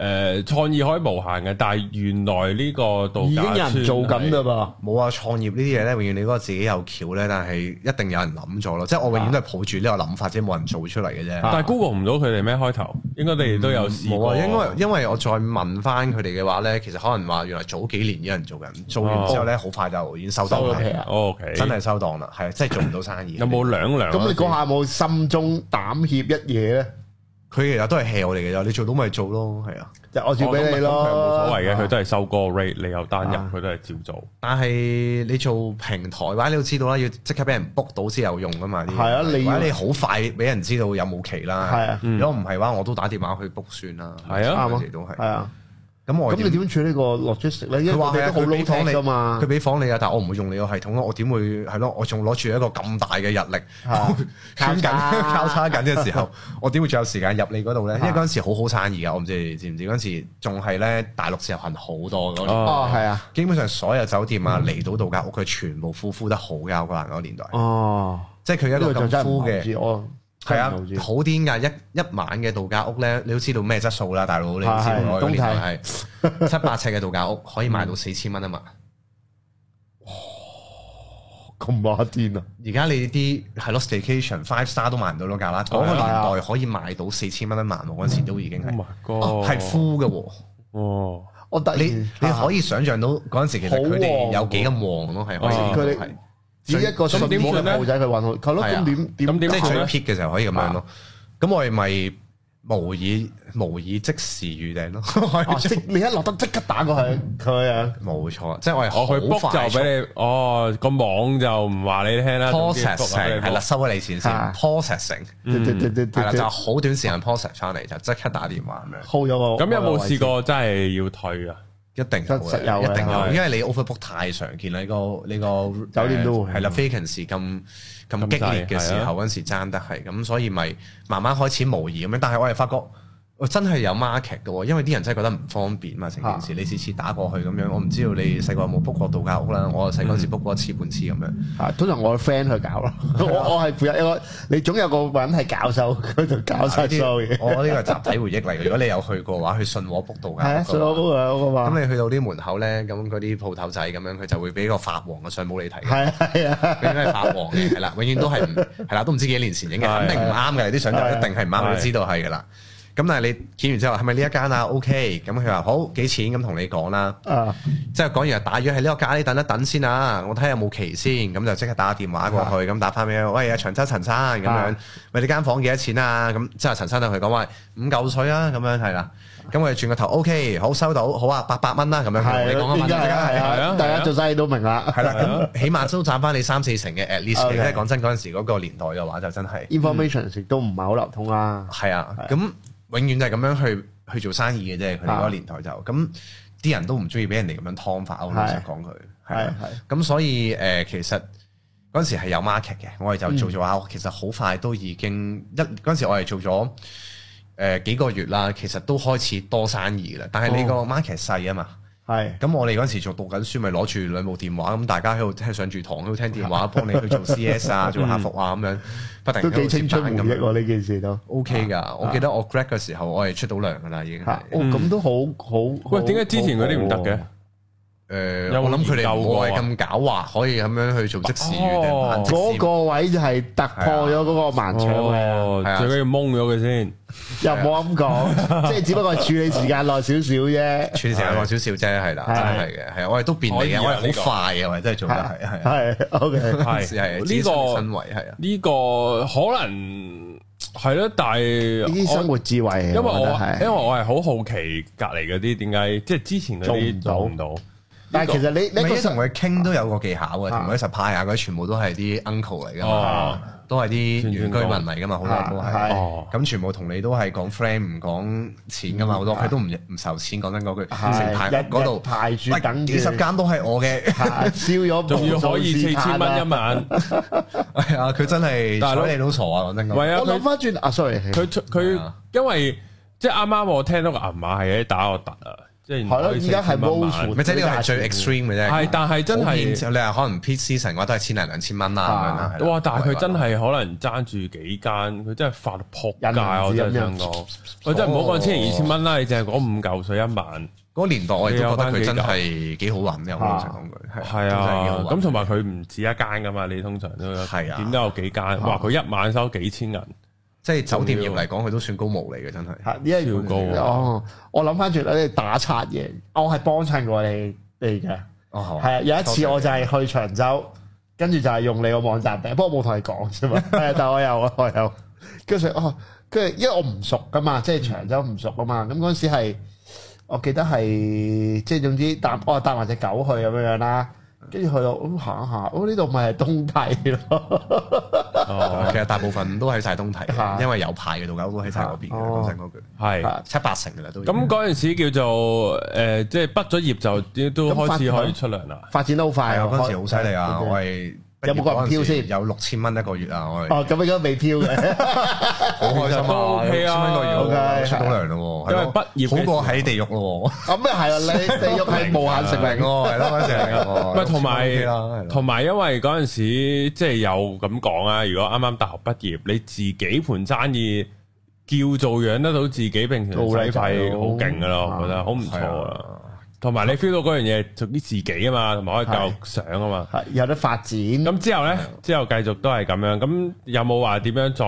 Speaker 1: 誒創意可以無限嘅，但係原來呢個度
Speaker 2: 已經
Speaker 1: 假
Speaker 2: 有人
Speaker 1: 村
Speaker 2: 做
Speaker 1: 係
Speaker 2: 緊噶噃。
Speaker 3: 冇啊！創業呢啲嘢咧，永遠你嗰個自己有橋咧，但係一定有人諗咗咯。即係我永遠都係抱住呢個諗法，即係冇人做出嚟嘅啫。
Speaker 1: 但係 Google 唔到佢哋咩開頭，應該你哋都有試
Speaker 3: 啊冇
Speaker 1: 過。
Speaker 3: 啊，因為因為我再問翻佢哋嘅話咧，其實可能話原來早幾年已經有人做緊，做完之後咧好快就已經收
Speaker 2: 哦收
Speaker 3: 檔
Speaker 2: 咗皮
Speaker 3: 啦，
Speaker 2: 啊
Speaker 1: O K，
Speaker 3: 真係收檔啦，係啊真係做唔到生意。
Speaker 1: 有冇兩兩？啊
Speaker 2: 咁你嗰下有冇心中膽怯一嘢咧？
Speaker 3: 佢其實都係 hea 我哋嘅啫，你做到咪做咯，係啊。
Speaker 2: 就我照俾你咯，
Speaker 1: 哦咁佢冇所謂嘅，佢
Speaker 2: 都
Speaker 1: 都係收個 rate，你有單入
Speaker 2: 啊，
Speaker 1: 佢都係照做。
Speaker 3: 但係你做平台嘅話，你都知道啦，要即刻俾人 book 到先有用噶嘛。啲嘢
Speaker 2: 係啊你要
Speaker 3: 或者你好快俾人知道有冇期啦。
Speaker 2: 係啊
Speaker 1: 嗯
Speaker 3: 如果唔係嘅話，我都打電話去 book 算啦。
Speaker 1: 係啊
Speaker 3: 佢哋都係
Speaker 2: 係。啊。
Speaker 3: 咁我
Speaker 2: 咁
Speaker 3: 點
Speaker 2: 你點處理個 logistic 咧？因為
Speaker 3: 佢話
Speaker 2: 我
Speaker 3: 係
Speaker 2: 哋
Speaker 3: 啊
Speaker 2: 都好
Speaker 3: 佢
Speaker 2: low
Speaker 3: 俾房
Speaker 2: tech
Speaker 3: 你
Speaker 2: 噶嘛
Speaker 3: 佢。俾房你啊，但係我唔會用你個系統咯，我點會係咯？我仲攞住一個咁大嘅日曆，
Speaker 2: 啊
Speaker 3: 圈緊交
Speaker 2: 交叉啊
Speaker 3: 叉緊嘅時候， 我點會仲有時間入你嗰度咧？因為嗰陣時好好生意噶，我唔知你知唔知？嗰陣時仲係咧大陸自由行好多嗰年，
Speaker 2: 哦，係啊。
Speaker 3: 基本上所有酒店啊、離島度假屋，佢全部呼呼得好交關嗰個年代，
Speaker 2: 哦，
Speaker 3: 即係佢
Speaker 2: 呢
Speaker 3: 一
Speaker 2: 個
Speaker 3: 個
Speaker 2: 就真係唔
Speaker 3: 咁呼
Speaker 2: 好
Speaker 3: 嘅。
Speaker 2: 知我。
Speaker 3: 係啊，
Speaker 2: 真係唔好知
Speaker 3: 好癲㗎！一一晚嘅度假屋咧，你都知道咩質素啦，大佬你都知
Speaker 2: 係係嗯
Speaker 3: 我嗰年代係七八尺嘅度假屋可以賣到四千蚊啊嘛。
Speaker 2: 咁孖癲啊！
Speaker 3: 而家你啲係咯 station five star 都賣唔到嗰價啦，
Speaker 2: 哦
Speaker 3: 嗰個年
Speaker 2: 啊
Speaker 3: 代可以賣到四千蚊一萬喎，嗰陣時都已經
Speaker 1: Oh
Speaker 3: 係
Speaker 1: my god！
Speaker 3: 哦係 full 嘅喎。
Speaker 1: 哦，
Speaker 2: 我突然
Speaker 3: 你你可以想象到嗰陣時其實佢哋有幾咁旺咯，係可以
Speaker 1: 好啊
Speaker 2: 旺
Speaker 3: 見
Speaker 2: 佢
Speaker 3: 到
Speaker 2: 哋
Speaker 3: 係
Speaker 2: 以一個信
Speaker 1: 咁點
Speaker 2: 點
Speaker 1: 算咧
Speaker 2: 嘅號仔去揾我，係咯，
Speaker 3: 係啊
Speaker 2: 咁點點
Speaker 1: 咁
Speaker 3: 即
Speaker 1: 點
Speaker 3: 係
Speaker 1: 算
Speaker 3: 最
Speaker 1: 咧
Speaker 3: peak 嘅時候可以咁樣
Speaker 1: 啊
Speaker 3: 咯。咁我哋咪模擬模擬即時預訂咯，
Speaker 2: 啊即你一落得即刻打過去，佢啊，
Speaker 3: 冇錯，即係我係
Speaker 1: 我去
Speaker 3: 好快
Speaker 1: 哦 book
Speaker 3: 速
Speaker 1: 就俾你，哦個網就唔話你聽啦。總之 book 啊
Speaker 3: processing 係啦，，收咗你錢先
Speaker 2: 啊
Speaker 3: processing 係啦，就好短時間 process 翻嚟就即刻打電話咁樣。
Speaker 2: hold 咗
Speaker 1: 你
Speaker 2: 個
Speaker 1: 咁有冇試？過真係要退啊？
Speaker 3: 一定有
Speaker 2: 實有嘅
Speaker 3: 嘅，一定有，
Speaker 1: 係
Speaker 3: 因為你 overbook 太常見啦，呢個呢個呃
Speaker 2: 酒店都會
Speaker 3: 係啦，vacancy 咁咁激烈嘅時候嗰陣時爭得係，咁所以咪慢慢開始模擬咁樣。但係我哋發覺，我真係有 market 嘅喎，因為啲人真係覺得唔方便嘛，成件事你次次打過去咁樣，我唔知道你細個有冇 book 過度假屋啦，我細個嗰陣時 book 過一次半次咁 樣。
Speaker 2: 啊，通常我 friend 去搞咯，我我係負責一個，你總有個人係搞手，佢就搞晒所有嘢。
Speaker 3: 我呢個係集體回憶嚟嘅，如果你有去過嘅話，去信和 book
Speaker 2: 係
Speaker 3: 度假
Speaker 2: 啊，
Speaker 3: 屋嘅話
Speaker 2: 所以我都有嗰個嘛。
Speaker 3: 咁你去到啲門口咧，咁嗰啲鋪頭仔咁樣，佢就會俾個發黃嘅信冇你睇嘅。
Speaker 2: 係啊係啊，
Speaker 3: 永遠係發黃嘅，係啦， 永遠都係唔係啦，都唔知幾年前影嘅，
Speaker 1: 係
Speaker 3: 肯定唔啱嘅，啲相就
Speaker 2: 係
Speaker 3: 一定係唔啱，
Speaker 1: 係
Speaker 3: 我都知道係噶啦。咁但係你見完之後係咪呢一間啊？OK，咁佢話好幾錢咁同你講啦，
Speaker 2: 啊
Speaker 3: 即係講完話大約係呢個價，你等一等先啊，我睇下有冇期先，咁就即刻打電話過去，咁打翻俾佢，喂啊長洲陳生咁樣
Speaker 2: 啊，
Speaker 3: 喂你間房幾多錢啊？咁之後陳生同佢講話五嚿水啊，咁樣係啦，咁佢轉個頭 OK，好收到，好啊八百蚊啦咁樣，
Speaker 2: 係
Speaker 3: 你
Speaker 2: 咯，
Speaker 3: 講
Speaker 2: 變
Speaker 3: 緊
Speaker 2: 咗係啊係
Speaker 1: 係啊
Speaker 2: 啊，大家做生意都明啦。
Speaker 3: 係啦，啊咁起碼都賺翻你三四成嘅 at least 嘅，
Speaker 2: Okay
Speaker 3: 因為講真嗰陣時嗰個年代嘅話就真係
Speaker 2: information 亦都唔係好流通啦。
Speaker 3: 係啊，咁永遠就係咁樣去去做生意嘅啫。佢哋嗰個年代就咁，啲人都唔中意俾人哋咁樣劏法，我老實
Speaker 2: 係
Speaker 3: 講佢係
Speaker 2: 係
Speaker 3: 啊
Speaker 2: 係
Speaker 3: 咁所以誒、呃其實嗰陣時係有 market 嘅，我哋就做做下，其實好快都已經一嗰陣時我哋做咗誒、呃、幾個月啦，其實都開始多生意啦。但係你個 market 細啊嘛，
Speaker 2: 係
Speaker 3: 咁我哋嗰陣時仲讀緊書，咪攞住兩部電話，咁大家喺度聽上住堂，喺度聽電 話，幫你去做 CS 啊，做客服啊咁樣，不停
Speaker 2: 嗯都
Speaker 3: 喺度
Speaker 2: 幾青春
Speaker 3: 接
Speaker 2: 回
Speaker 3: 單咁
Speaker 2: 憶
Speaker 3: 樣。
Speaker 2: 喎呢件事都。
Speaker 3: O K 噶，我記得我 grad 嘅時候，我係出到糧噶啦，已經係。
Speaker 2: 嚇，哦，咁都好-好-
Speaker 1: 嗯喂，
Speaker 2: 好-
Speaker 1: 點解之前嗰啲唔得嘅？
Speaker 3: 誒，
Speaker 1: 有
Speaker 3: 我諗佢
Speaker 1: 研
Speaker 3: 哋
Speaker 1: 究
Speaker 3: 唔
Speaker 1: 過啊
Speaker 3: 係咁狡猾，可以咁樣去做即時預訂
Speaker 1: 哦
Speaker 3: 版即時
Speaker 2: 嗰個位就係突破咗嗰個盲腸嘅，
Speaker 1: 哦
Speaker 3: 係，啊
Speaker 1: 最緊要蒙咗佢先。
Speaker 2: 又冇咁 講，即係只不過處理時間耐少少啫。
Speaker 3: 處理時間耐少少啫，係啦，
Speaker 2: 係
Speaker 3: 真係嘅，係啊我哋都便利嘅，
Speaker 1: 可以
Speaker 3: 我
Speaker 1: 啊呢個
Speaker 3: 哋好快嘅，我哋真係做得係係啊，
Speaker 2: 係 OK，
Speaker 1: 係
Speaker 3: 係
Speaker 1: 呢個
Speaker 3: 呢個身為係啊，
Speaker 1: 呢個可能係咯，但係
Speaker 2: 呢啲生活智慧，
Speaker 1: 因為我
Speaker 2: 覺得
Speaker 1: 因為
Speaker 2: 係。
Speaker 1: 我係好好奇隔離嗰啲點解即係之前嗰啲
Speaker 2: 做
Speaker 1: 做
Speaker 2: 唔
Speaker 1: 唔到，
Speaker 2: 但係其實你
Speaker 3: 你
Speaker 2: 你個
Speaker 3: 同
Speaker 2: 生
Speaker 3: 佢傾都有個技巧嘅，同
Speaker 2: 啊
Speaker 3: 佢 supply 啊嗰啲全部都係啲 uncle 嚟噶
Speaker 1: 哦
Speaker 3: 嘛，都係啲原居民嚟噶嘛，好多都
Speaker 2: 啊係
Speaker 3: 係。
Speaker 1: 哦，嗯
Speaker 3: 咁全部同你都係講 friend 唔講錢噶嘛，好多佢都唔唔受錢。講真嗰句，成
Speaker 2: 係
Speaker 3: 排
Speaker 2: 日
Speaker 3: 嗰
Speaker 2: 嗰
Speaker 3: 度
Speaker 2: 度排住
Speaker 3: 喂
Speaker 2: 等住
Speaker 3: 幾十間都係 我嘅，
Speaker 2: 嚇燒咗
Speaker 1: 仲要可以
Speaker 2: 無數
Speaker 1: 四
Speaker 2: 次
Speaker 1: 千蚊
Speaker 2: 炭啊
Speaker 1: 一 晚，
Speaker 3: 係啊，佢真係
Speaker 1: 大佬
Speaker 3: 睬你都傻啊！講真嗰句
Speaker 1: 喂啊
Speaker 2: 我諗啊
Speaker 1: 佢
Speaker 2: 翻轉啊，sorry，
Speaker 1: 佢佢因為即係啱啱我聽到個銀碼係喺打我突啊，即係
Speaker 2: 係咯，
Speaker 1: 可以
Speaker 2: 而家係
Speaker 1: 4000蚊
Speaker 2: Rosewood
Speaker 3: 咪即係呢個係最 extreme 嘅啫。
Speaker 1: 係但係真係
Speaker 3: 普遍就你話可能 peak season 嘅話都係千零兩千蚊啦咁樣啦
Speaker 2: 啊。
Speaker 3: 係啦
Speaker 1: 哇！但係佢真係可能爭住幾間，佢真係發到撲街，我
Speaker 2: 印銀紙
Speaker 1: 真係想講，我真係唔好講千零二千
Speaker 2: 哦
Speaker 1: 蚊啦，你淨係講五嚿水一晚，
Speaker 3: 嗰個年代我亦都覺得佢真係幾好揾嘅，我老實講句係
Speaker 1: 係
Speaker 3: 真係幾
Speaker 1: 啊
Speaker 3: 好，揾
Speaker 1: 咁同埋佢唔止一間噶嘛，你通常都有
Speaker 3: 係啊
Speaker 1: 點都有幾間，哇！佢一晚收幾千銀，
Speaker 3: 即係酒店業嚟講，佢都算高毛嚟嘅，真係。
Speaker 2: 嚇呢一
Speaker 1: 超高喎
Speaker 2: 哦，我諗翻轉啦，你打刷嘢，我係幫襯過你哋嘅。
Speaker 3: 哦，係嘛
Speaker 2: 係啊，有一次我就係去長洲，跟住就係用你個網站訂，不過冇同你講啫 嘛。係啊，但我有啊，我有。跟住哦，跟住因為我唔熟噶嘛，即係長洲唔熟啊嘛。咁嗰陣時係我記得係即係總之帶我帶埋只狗去咁樣樣啦。跟住去到咁行一下，哦呢度咪係東帝咯。
Speaker 1: 哦
Speaker 3: 其實大部分都喺晒東堤
Speaker 2: 嚇，
Speaker 3: 因為有牌嘅度狗都喺晒嗰邊嘅。
Speaker 2: 哦
Speaker 3: 講真嗰句，
Speaker 1: 係。
Speaker 3: 七八成嘅啦都已經。
Speaker 1: 咁嗰陣時叫做誒、呃即係畢咗業就都都
Speaker 2: 咁
Speaker 1: 開始
Speaker 2: 發
Speaker 1: 可以出糧啦。
Speaker 2: 發展得好快
Speaker 3: 係
Speaker 2: 啊！
Speaker 3: 啊，嗰陣時好犀利啊！我係
Speaker 2: 有冇個人挑先
Speaker 3: 有六千蚊一個月啊！我係
Speaker 2: 哦，咁應該未挑 嘅，
Speaker 3: 好開
Speaker 1: 其
Speaker 3: 心
Speaker 1: 實都
Speaker 3: 啊！
Speaker 1: OK 啊
Speaker 3: 千蚊個月喎
Speaker 2: OK
Speaker 3: 出到糧咯喎，係咯
Speaker 1: 因為畢業嘅時候
Speaker 3: 好過喺地獄咯喎。
Speaker 2: 咁又係啊！你地獄係無限食
Speaker 3: 明
Speaker 2: 命，
Speaker 3: 喎，係啊咯，嗰陣時 係
Speaker 1: 唔
Speaker 3: 咁喎
Speaker 1: 係同埋
Speaker 3: 係咯
Speaker 1: 同埋，因為嗰陣時即係有咁講啊。如果啱啱大學畢業，你自己盤生意叫做養得到自己平時使費，好勁噶咯，我覺得好唔錯啊。同埋你 feel 到嗰樣嘢屬於自己啊嘛，同埋可以繼續上啊嘛。
Speaker 2: 係有得發展。
Speaker 1: 咁之後呢，之後繼續都係咁樣。咁有冇話點樣再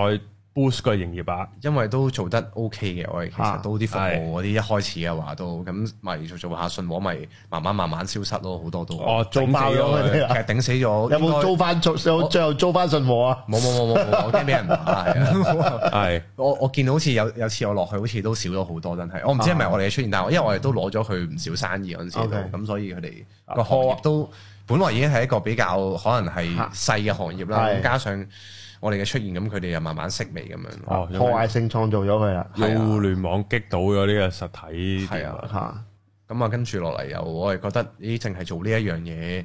Speaker 1: boost 個營業額？
Speaker 3: 因為都做得 OK 嘅，我哋其
Speaker 2: 啊
Speaker 3: 實都啲服務嗰啲一開始嘅話都咁咪做做下信和咪慢慢慢慢消失咯，好多都
Speaker 1: 哦做
Speaker 3: 頂死
Speaker 2: 爆咗佢 哋
Speaker 3: 其
Speaker 2: 啊
Speaker 3: 實頂死咗，有
Speaker 2: 有冇租？翻最最後租翻信和啊？
Speaker 3: 冇冇冇冇冇，我驚俾人打係啊！
Speaker 1: 係
Speaker 3: 我我見到好似有有次我落去，好似都少咗好多，真係。我唔知係咪我哋嘅出現，但係因為我哋都攞咗佢唔少生意嗰陣時都，
Speaker 2: OK
Speaker 3: 咁所以佢哋個行業都本來已經係一個比較可能係細嘅行業啦。
Speaker 2: 係
Speaker 3: 咁加上我哋嘅出現，咁佢哋又慢慢式微咁樣咯。
Speaker 1: 哦，因為
Speaker 2: 啊破壞性創造咗佢啦，
Speaker 1: 有
Speaker 3: 啊
Speaker 1: 互聯網擊倒咗呢個實體店啊，
Speaker 2: 嚇
Speaker 3: 咁啊，跟住落嚟又我係覺得咦，淨係做呢一樣嘢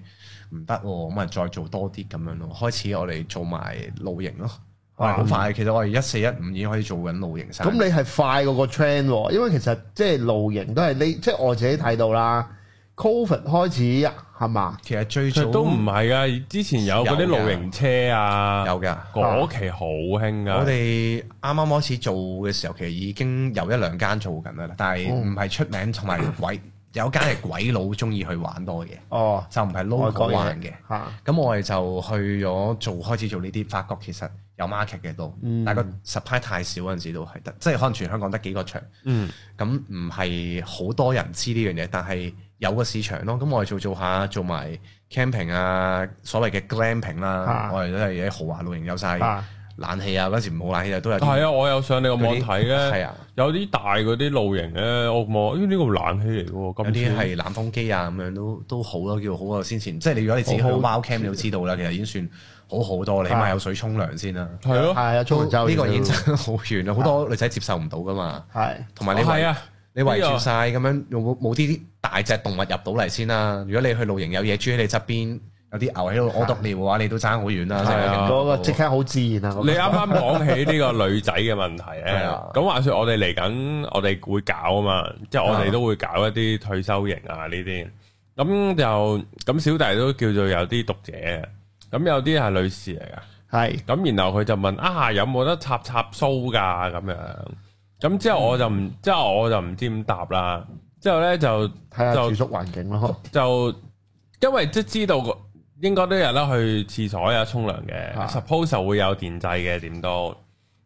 Speaker 3: 唔得喎，咁啊再做多啲咁樣咯。開始我哋做埋露營咯，我係好快。其實我哋一四一五已經開始做緊露營生
Speaker 2: 啊咁
Speaker 3: 意。
Speaker 2: 你係快過個 trend 喎，因為其實即係露營都係呢，即係我自己睇到啦。Covid 開始係嘛？
Speaker 3: 其實最
Speaker 1: 其
Speaker 3: 早
Speaker 1: 實都唔係啊，之前有嗰啲露營車啊，
Speaker 3: 有㗎。
Speaker 1: 嗰期好興啊噶。
Speaker 3: 我哋啱啱開始做嘅時候，其實已經有一兩間做緊啦，但
Speaker 2: 哦
Speaker 3: 係唔係出名，同埋鬼有間係鬼佬中意去玩多嘅，
Speaker 2: 哦，
Speaker 3: 就唔係
Speaker 2: 外國
Speaker 3: local 玩
Speaker 2: 嘢
Speaker 3: 嘅。
Speaker 2: 嚇，
Speaker 3: 咁我哋就去咗做開始做呢啲，發覺其實有 market 嘅都，
Speaker 2: 嗯
Speaker 3: 但係個 supply 太少嗰陣時都係得，即係可能全香港得幾個場，
Speaker 1: 嗯，
Speaker 3: 咁唔係好多人知呢樣嘢，但係有個市場咯。咁我哋做做下做埋 camping 啊，所謂嘅 glamping 啦、
Speaker 2: 啊
Speaker 3: 我哋都係喺豪華露營有晒
Speaker 2: 啊
Speaker 3: 冷氣啊，嗰陣時冇冷氣啊都有啲。
Speaker 1: 係啊，我有上你個網睇
Speaker 3: 係
Speaker 1: 咧，
Speaker 3: 啊，
Speaker 1: 有啲大嗰啲露營咧，我望，咦呢個冷氣嚟嘅喎，
Speaker 3: 有
Speaker 1: 咁
Speaker 3: 啲
Speaker 1: 啲
Speaker 3: 係冷風機啊咁樣都都好咯，叫好過先前。即係你如果你自己去
Speaker 2: 好好
Speaker 3: Wow Cam，你都知道啦，其實已經算好好多啦，起
Speaker 2: 啊
Speaker 3: 碼有水沖涼先啦。
Speaker 1: 係咯，
Speaker 2: 係啊，
Speaker 3: 都
Speaker 2: 沖洲
Speaker 3: 呢個已經真係好遠啊啦，好多女仔接受唔到噶嘛。
Speaker 2: 係
Speaker 3: 同埋你
Speaker 1: 係
Speaker 3: 圍
Speaker 1: 啊，
Speaker 3: 你圍住晒咁樣，有冇冇啲大隻動物入到嚟先啦？如果你去露營有野豬喺你側邊，有有啲牛喺度屙篤尿嘅話，你都爭好遠啦。
Speaker 1: 係啊
Speaker 2: 嗰個即刻好自然啊！嗰個
Speaker 1: 你啱啱講起呢個女仔嘅問題
Speaker 3: 係
Speaker 1: 咧
Speaker 3: 啊，
Speaker 1: 咁話說我哋嚟緊，我哋會搞啊嘛，即係我哋都會搞一啲退休營啊呢啲。咁就咁小弟都叫做有啲讀者嘅，咁有啲係女士嚟噶。
Speaker 2: 係
Speaker 1: 咁然後佢就問啊，有冇得插插須㗎咁樣？咁之後我就唔，之後我就唔知點答啦。之後咧就
Speaker 2: 睇下
Speaker 1: 就
Speaker 2: 住宿環境咯。
Speaker 1: 就因為即係知道個應該都有得去廁所啊、沖涼嘅
Speaker 2: 啊
Speaker 1: ，suppose 就會有電掣嘅點都。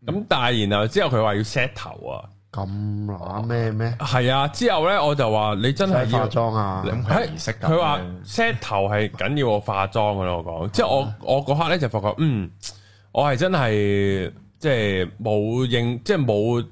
Speaker 1: 咁但係然後之後佢話要 set 頭啊，
Speaker 2: 咁嗱咩咩？
Speaker 1: 係啊。之後咧我就話你真係
Speaker 2: 使
Speaker 1: 要
Speaker 2: 化。妝啊？
Speaker 3: 咁佢
Speaker 1: 係
Speaker 3: 儀式感
Speaker 1: 佢話
Speaker 3: 嘅
Speaker 1: set 頭係緊要我化妝噶咯，我講，即係我我嗰刻咧就發覺，嗯，我係真係即係冇應，即係冇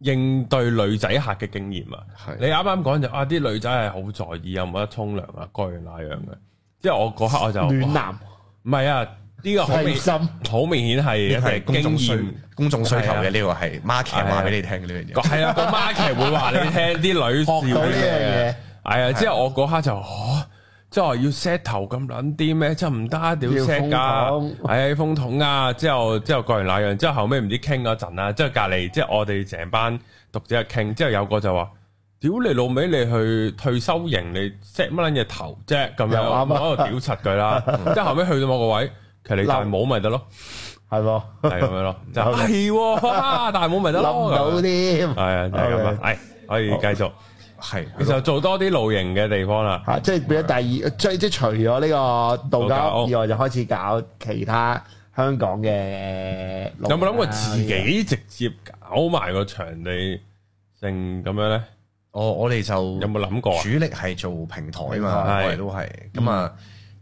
Speaker 1: 應對女仔客嘅經驗啊！你
Speaker 3: 係
Speaker 1: 啱啱講就啊，啲女仔係好在意有冇得沖涼啊，各樣那樣嘅，即係我嗰刻我就
Speaker 2: 暖
Speaker 1: 哇
Speaker 2: 男
Speaker 1: 唔係啊，呢個好
Speaker 2: 細
Speaker 1: 明
Speaker 2: 心，
Speaker 1: 好明顯係
Speaker 3: 呢個係
Speaker 1: 係
Speaker 3: 公
Speaker 1: 經
Speaker 3: 眾需
Speaker 1: 驗。
Speaker 3: 公眾需求
Speaker 1: 係啊
Speaker 3: 嘅呢個係 market 話俾你聽嘅呢樣嘢。
Speaker 1: 係啊，個 market 會話你聽啲女士
Speaker 2: 學到呢樣嘢
Speaker 1: 嘅，係啊，之後我嗰刻就，哦即係我要 set 頭咁撚啲咩？真係唔得，啊屌
Speaker 2: 要
Speaker 1: set 㗎
Speaker 2: 風，
Speaker 1: 係啊，風筒啊，之後之後各樣那樣，之後後尾唔知傾嗰陣啦，之後隔離即係我哋成班讀者傾，之後有個就話。屌你老味，你去退休營，你 set 乜撚嘢頭啫咁
Speaker 2: 又
Speaker 1: 樣，
Speaker 2: 啱啊
Speaker 1: 我喺度屌柒佢 啦。即係後尾去到某個位，其實你戴帽咪得咯，
Speaker 2: 係喎，
Speaker 1: 係咁樣咯，就 係喎哈哈，戴帽咪得
Speaker 2: 諗
Speaker 1: 咯
Speaker 2: 唔。到添
Speaker 1: 系啊，就係咁啊，係可以繼續。
Speaker 3: 係
Speaker 1: 其實做多啲露營嘅地方啦，
Speaker 2: 嚇，啊即係變咗第二，即即係除咗呢個道
Speaker 1: 道
Speaker 2: 家
Speaker 1: 家屋
Speaker 2: 以外，就開始搞其他香港嘅路
Speaker 1: 有冇諗過
Speaker 2: 啊
Speaker 1: 自己直接搞埋個場地性咁樣咧？
Speaker 3: 我我哋就
Speaker 1: 有冇諗過啊
Speaker 3: 主？力係做平台啊嘛，
Speaker 1: 係
Speaker 3: 我哋都係咁啊。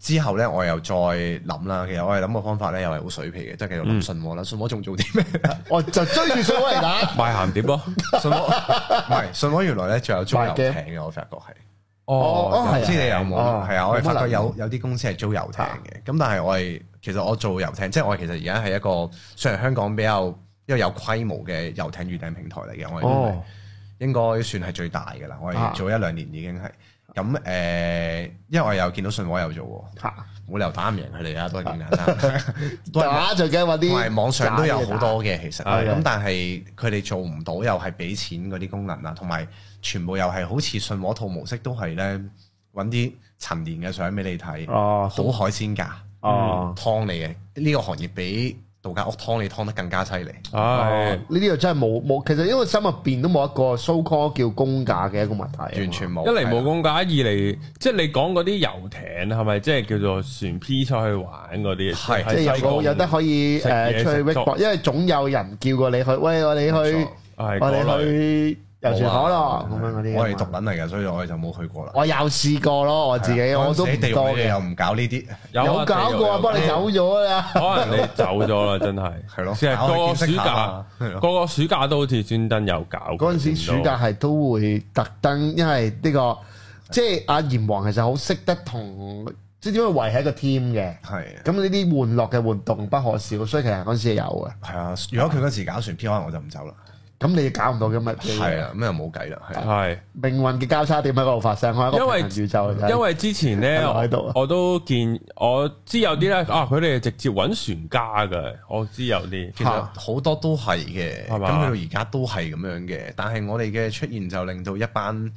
Speaker 3: 之後咧，我又再諗啦。其實我哋諗個方法咧，又係好水皮嘅，即係繼續諗信和啦。信和仲做啲咩？
Speaker 2: 我啊哦就追住 水嚟打。
Speaker 1: 賣鹹碟咯。
Speaker 3: 信和 唔係信和，原來咧仲有租遊艇嘅，我發覺係。
Speaker 2: 哦
Speaker 3: 我
Speaker 2: 係
Speaker 3: 唔
Speaker 2: 啊
Speaker 3: 知你有冇？
Speaker 2: 哦
Speaker 3: 係啊，我
Speaker 2: 冇
Speaker 3: 哋
Speaker 2: 乜
Speaker 3: 發覺
Speaker 2: 留
Speaker 3: 有有啲公司係租遊艇嘅，咁但係我哋其實我做遊艇，即係我其實而家係一個雖然香港比較因為有規模嘅遊艇預訂平台嚟嘅，我哋都係
Speaker 2: 哦
Speaker 3: 應該算係最大嘅啦。我
Speaker 2: 啊
Speaker 3: 哋做一兩年已經係咁誒，因為我又見到信和有做喎，
Speaker 2: 嚇
Speaker 3: 冇理由打唔贏佢哋啊，都係 咁簡單。都係
Speaker 2: 打就梗係揾
Speaker 3: 同
Speaker 2: 啲
Speaker 3: 埋網上都有好多嘅，其實
Speaker 1: 係
Speaker 2: 啊
Speaker 3: 咁，但係佢哋做唔到，又係俾錢嗰啲功能啊，同埋全部又係好似信和套模式，都係咧揾啲陳年嘅相俾你睇，
Speaker 2: 哦
Speaker 3: 好海鮮價嗯
Speaker 2: 哦，
Speaker 3: 湯你嘅呢個行業比度假屋湯你湯得更加犀利，
Speaker 1: 唉，
Speaker 2: 哦呢啲又真係冇冇，其實因為心入邊都冇一個 so call 叫公價嘅一個問題啊嘛，
Speaker 3: 完全冇。
Speaker 1: 一嚟冇公價，二嚟即係你講嗰啲遊艇係咪即係叫做船 P 出去玩嗰啲？
Speaker 3: 係
Speaker 2: 即係有
Speaker 1: 西
Speaker 2: 冇
Speaker 1: 貢
Speaker 2: 有得可以
Speaker 1: 食嘢
Speaker 2: 誒出去
Speaker 1: 食
Speaker 2: w
Speaker 1: 粥
Speaker 2: a 因為總有人叫過你去，喂我哋去
Speaker 1: 係
Speaker 2: 我
Speaker 1: 嗰
Speaker 2: 哋
Speaker 1: 類
Speaker 2: 去遊船河咯，咁樣嗰啲。啊
Speaker 3: 我哋獨，撚嚟嘅，所以我哋就冇去過啦。
Speaker 2: 我有試過咯，我自己我都
Speaker 3: 嗰陣時
Speaker 2: 唔
Speaker 3: 地
Speaker 2: 多
Speaker 3: 位又
Speaker 2: 嘅，
Speaker 3: 唔搞呢啲，
Speaker 1: 啊
Speaker 2: 有搞過啊，
Speaker 1: 地獄
Speaker 2: 幫你走咗啦。
Speaker 1: 可能你走咗啦，真係
Speaker 3: 係咯
Speaker 1: 其實個個暑假，
Speaker 3: 搞下見識下
Speaker 1: 個個暑假都好似專登有搞。
Speaker 2: 嗰陣時暑假係都會特登，因為呢個即係阿炎黃其實好識得同，即係因為維係一個 team 嘅。
Speaker 3: 係
Speaker 2: 咁呢啲玩樂嘅活動不可少，所以其實嗰陣時係有嘅。
Speaker 3: 係啊。如果佢嗰時搞船 P，可能我就唔走啦。
Speaker 2: 咁你搞唔到咁嘅
Speaker 3: 係啊，咁又冇計啦，係啊。
Speaker 1: 係。
Speaker 2: 命運嘅交叉點喺嗰度發生，我喺一個
Speaker 1: 因為
Speaker 2: 平行宇宙嚟睇
Speaker 1: 因為之前咧，
Speaker 2: 喺度啊
Speaker 1: 我我都見我知有啲咧啊，佢哋係直接揾船家嘅，我知有啲
Speaker 3: 其實好多都係嘅，
Speaker 1: 係
Speaker 3: 咁
Speaker 1: 嘛
Speaker 3: 去到而家都係咁樣嘅。但係我哋嘅出現就令到一班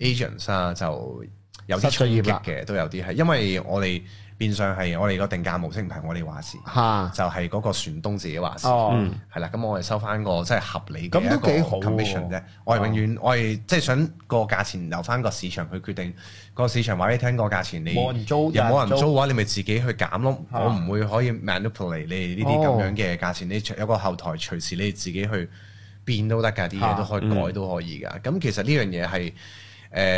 Speaker 3: agents 啊，就有啲
Speaker 2: 失
Speaker 3: 衝
Speaker 2: 咗業啦
Speaker 3: 擊嘅，都有啲係，因為我哋變相係我哋個定價模式唔係我哋話事，
Speaker 2: 嚇
Speaker 3: 就係嗰個船東自己話事。
Speaker 2: 哦，
Speaker 3: 係啦，咁我哋收翻個即係合理嘅
Speaker 2: 咁都
Speaker 3: 一個
Speaker 2: 幾好喎哦
Speaker 3: commission 啫。我係永遠我係即係想個價錢留翻個市場去決定，個市場話俾你聽個價錢，你
Speaker 2: 冇人租
Speaker 3: 又冇
Speaker 2: 有人
Speaker 3: 人
Speaker 2: 租
Speaker 3: 租嘅話，你咪自己去減咯。
Speaker 2: 啊
Speaker 3: 我唔會可以 manipulate 你呢啲
Speaker 2: 哦
Speaker 3: 咁樣嘅價錢，你有個後台隨時你自己去變都得㗎，啲
Speaker 2: 啊
Speaker 3: 嘢都可以改都可以㗎。咁其實呢樣嘢係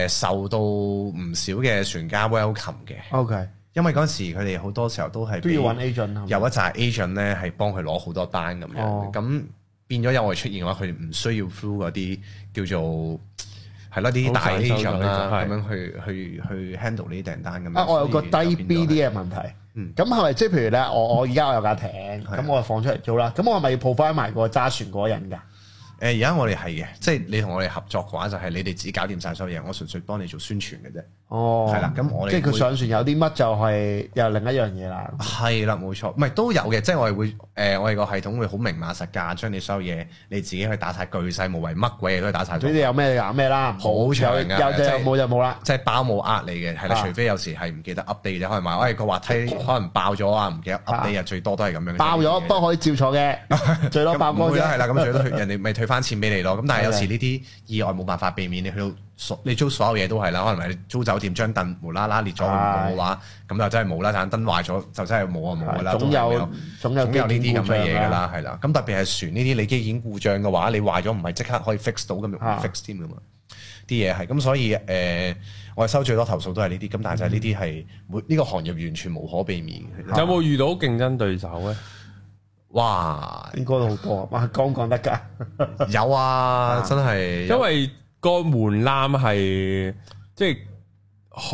Speaker 3: 誒受到唔少嘅船家 welcome 嘅，
Speaker 2: OK，
Speaker 3: 因為嗰陣時佢哋好多時候都係
Speaker 2: 都要
Speaker 3: 俾
Speaker 2: 揾 agent 係咪
Speaker 3: 有一紮 agent 咧係幫佢攞好多單咁
Speaker 2: 哦
Speaker 3: 樣，咁、變咗有我哋出現嘅話，佢哋唔需要 through 嗰啲叫做係啦啲大
Speaker 1: 好手手
Speaker 3: agent 啦，
Speaker 1: 嗰啲
Speaker 3: 咁樣去去去 handle 呢啲訂單咁樣。
Speaker 2: 啊，我有個
Speaker 3: 所以
Speaker 2: 低
Speaker 3: 就變
Speaker 2: B
Speaker 3: 咗係
Speaker 2: 啲啊嘅問題。
Speaker 3: 嗯
Speaker 2: 咁係咪即係譬如咧，我我而家我有架艇，
Speaker 3: 係
Speaker 2: 咁我就放出嚟租啦。咁我係咪要 p r 埋個揸船嗰個人㗎？
Speaker 3: 誒而家我哋係嘅，即係你同我哋合作嘅話，就係你哋自己搞掂晒所有嘢，我純粹幫你做宣傳嘅啫。
Speaker 2: 哦，
Speaker 3: 係啦咁我哋
Speaker 2: 即係佢
Speaker 3: 會
Speaker 2: 上船有啲乜就係又另一樣嘢啦。
Speaker 3: 係啦，冇錯，唔係都有嘅，即係我哋會誒、我哋個系統會好明碼實價，將你所有嘢你自己去打晒巨細無遺，乜鬼嘢都去打晒
Speaker 2: 你
Speaker 3: 咗。
Speaker 2: 哋有咩就搞咩啦，
Speaker 3: 好長
Speaker 2: 有
Speaker 3: 㗎
Speaker 2: 有就
Speaker 3: 即
Speaker 2: 有
Speaker 3: 係
Speaker 2: 冇就冇啦。
Speaker 3: 即係包冇呃你嘅，係啦，
Speaker 2: 啊哦
Speaker 3: 除非有時係唔記得 update 啫，可能話，哎喂個滑梯可能爆咗啊，唔記得 update 啊，最多都係咁樣嘅啫。
Speaker 2: 爆咗
Speaker 3: 嘅
Speaker 2: 不過可以照 坐嘅，最多爆光
Speaker 3: 咁唔會
Speaker 2: 啫
Speaker 3: 啦，。係啦，咁最多 人哋咪退翻錢俾你咯。咁但係有時呢啲意外冇辦法避免，你去到所你租所有嘢都係啦，可能係你租酒店張凳無啦啦裂咗會冇嘅話，咁就真係冇啦，盞燈壞咗就真係冇啊冇噶啦，
Speaker 2: 總
Speaker 3: 都係
Speaker 2: 有總有
Speaker 3: 總有
Speaker 2: 基
Speaker 3: 呢啲
Speaker 2: 建
Speaker 3: 咁
Speaker 2: 故啊
Speaker 3: 嘅
Speaker 2: 障
Speaker 3: 嘢㗎。啦，係啦。咁特別係船呢啲，你機件故障嘅話，你壞咗唔係即刻可以 fix 到咁容
Speaker 2: 啊
Speaker 3: 易 fix 添㗎嘛。啲嘢係咁，所以誒、呃我哋收最多投訴都係呢啲。咁但係就係呢啲係每呢個行業完全無可避免嘅。
Speaker 1: 有冇遇到競爭對手咧？
Speaker 3: 哇，
Speaker 2: 應該都好多啊，哇講講得 㗎。
Speaker 3: 有啊，真係
Speaker 1: 因為個門檻係即係好，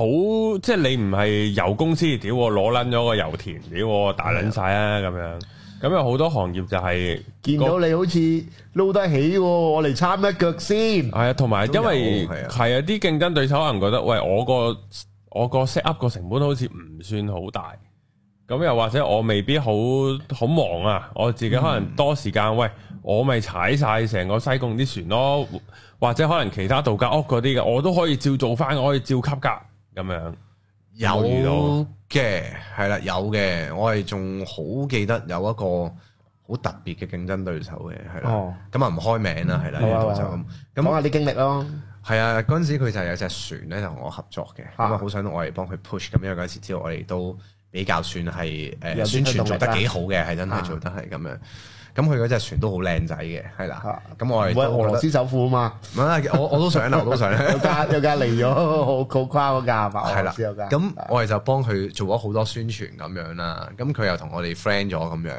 Speaker 1: 即係你唔係油公司，屌我攞撚咗個油田，屌我大撚晒啊咁樣。咁有好多行業就係
Speaker 2: 見到你好似撈得起喎，我嚟參一腳先。
Speaker 1: 係啊，同埋因為
Speaker 3: 都有係啊
Speaker 1: 係啊，啲競爭對手可能覺得，喂，我個我個 set up 個成本好似唔算好大，咁又或者我未必好好忙啊，我自己可
Speaker 3: 嗯
Speaker 1: 能多時間，喂，我咪踩晒成個西貢啲船咯，或者可能其他度假屋嗰啲嘅，我都可以照做翻，我可以照吸格咁樣。
Speaker 3: 有
Speaker 1: 有遇到
Speaker 3: 嘅，係啦，有嘅。我係仲好記得有一個好特別嘅競爭對手嘅，係啦。
Speaker 2: 哦，
Speaker 3: 咁啊唔開名啦，係啦，
Speaker 2: 好啊
Speaker 3: 呢度就
Speaker 2: 好啊
Speaker 3: 咁。咁
Speaker 2: 講下啲經歷咯。
Speaker 3: 係啊，嗰陣時佢就有隻船咧，就同我合作嘅，咁
Speaker 2: 啊
Speaker 3: 啊好想我嚟幫佢 push，咁因為嗰陣時知道我哋都比較算係
Speaker 2: 有啲
Speaker 3: 誒宣
Speaker 2: 推動
Speaker 3: 傳
Speaker 2: 力
Speaker 3: 做得
Speaker 2: 啦
Speaker 3: 幾好嘅，係真
Speaker 2: 啊
Speaker 3: 係做得係咁樣。咁佢嗰隻船都好靚仔嘅，係啦
Speaker 2: 啊。
Speaker 3: 咁我哋
Speaker 2: 喂，俄羅
Speaker 3: 都覺
Speaker 2: 斯首富啊 嘛，
Speaker 3: 得，唔係我我都想啦，啊我都想啦。
Speaker 2: 有架有架嚟咗，好好誇嗰架係嘛？俄
Speaker 3: 係
Speaker 2: 羅
Speaker 3: 啦，
Speaker 2: 斯有架。
Speaker 3: 咁我哋就幫佢做咗好多宣傳咁樣啦，咁佢又同我哋 friend 咗咁樣，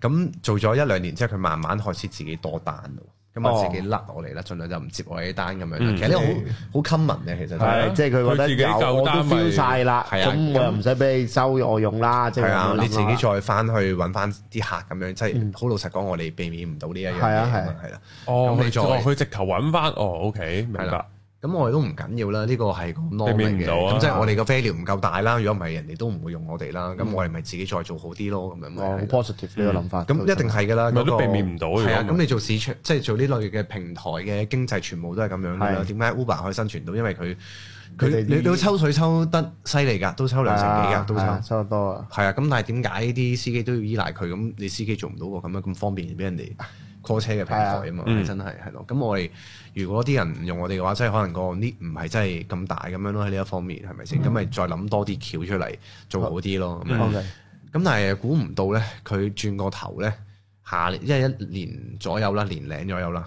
Speaker 3: 咁做咗一兩年之後，佢慢慢開始自己多單咯，咁
Speaker 2: 哦
Speaker 3: 啊自己甩我哋啦，盡量就唔接我哋啲單咁樣啦。
Speaker 1: 嗯
Speaker 3: 其實呢個好好 common 嘅，其實都係啊
Speaker 2: 係即係佢覺得
Speaker 1: 佢自己
Speaker 2: 有
Speaker 1: 夠
Speaker 2: 我都
Speaker 1: 膽咪
Speaker 2: feel 晒啦，
Speaker 3: 係啊
Speaker 2: 咁我又唔使俾你收我用啦，即係
Speaker 3: 係
Speaker 2: 咁
Speaker 3: 啊，
Speaker 2: 樣諗
Speaker 3: 你自
Speaker 2: 啦
Speaker 3: 己再翻去揾翻啲客咁樣，即係好老實講，我哋避免唔到呢一樣嘢
Speaker 2: 係啊
Speaker 3: 啊嘛
Speaker 2: 係
Speaker 3: 係啦。
Speaker 1: 哦，
Speaker 3: 咁
Speaker 1: 佢
Speaker 3: 你再
Speaker 1: 哦佢直頭揾翻，哦，OK，明
Speaker 3: 係
Speaker 1: 白
Speaker 3: 啦。咁我哋都唔緊要啦，呢個係個 norm
Speaker 1: 避免
Speaker 3: 嚟
Speaker 1: 唔
Speaker 3: 嘅。
Speaker 1: 到啊
Speaker 3: 咁即係我哋個 value 唔夠大啦，如果唔係人哋都唔會用我哋啦。咁我哋咪自己再做好啲咯，咁樣
Speaker 2: 嗯
Speaker 3: 咪
Speaker 2: 哦，好
Speaker 3: 係啦
Speaker 2: positive 呢個諗法。
Speaker 3: 嗯咁一定係噶啦，
Speaker 1: 咪
Speaker 3: 嗰
Speaker 1: 都
Speaker 3: 個
Speaker 1: 避免唔到
Speaker 3: 係啊，
Speaker 1: 如果唔係
Speaker 3: 咁你做市場，即係做呢類嘅平台嘅經濟，全部都係咁樣噶啦。
Speaker 2: 係
Speaker 3: 點解 Uber 可以生存到？因為佢
Speaker 2: 佢哋
Speaker 3: 佢
Speaker 2: 啲
Speaker 3: 你都抽水抽得犀利㗎，都抽兩成幾㗎，都抽。
Speaker 2: 係啊收得多啊。
Speaker 3: 係啊，咁但係點解啲司機都要依賴佢？咁你司機做唔到個咁樣咁方便俾人哋 call 車嘅平台啊嘛，
Speaker 1: 嗯
Speaker 3: 真係係咯。咁我哋如果啲人唔用我哋嘅話，即係可能個呢唔係真係咁大咁樣咯，喺呢一方面係咪先？咁咪再諗多啲橋出嚟做好啲咯。咁樣
Speaker 2: OK，
Speaker 3: 咁但係估唔到咧，佢轉個頭咧，下年因為一年左右啦，年零左右啦，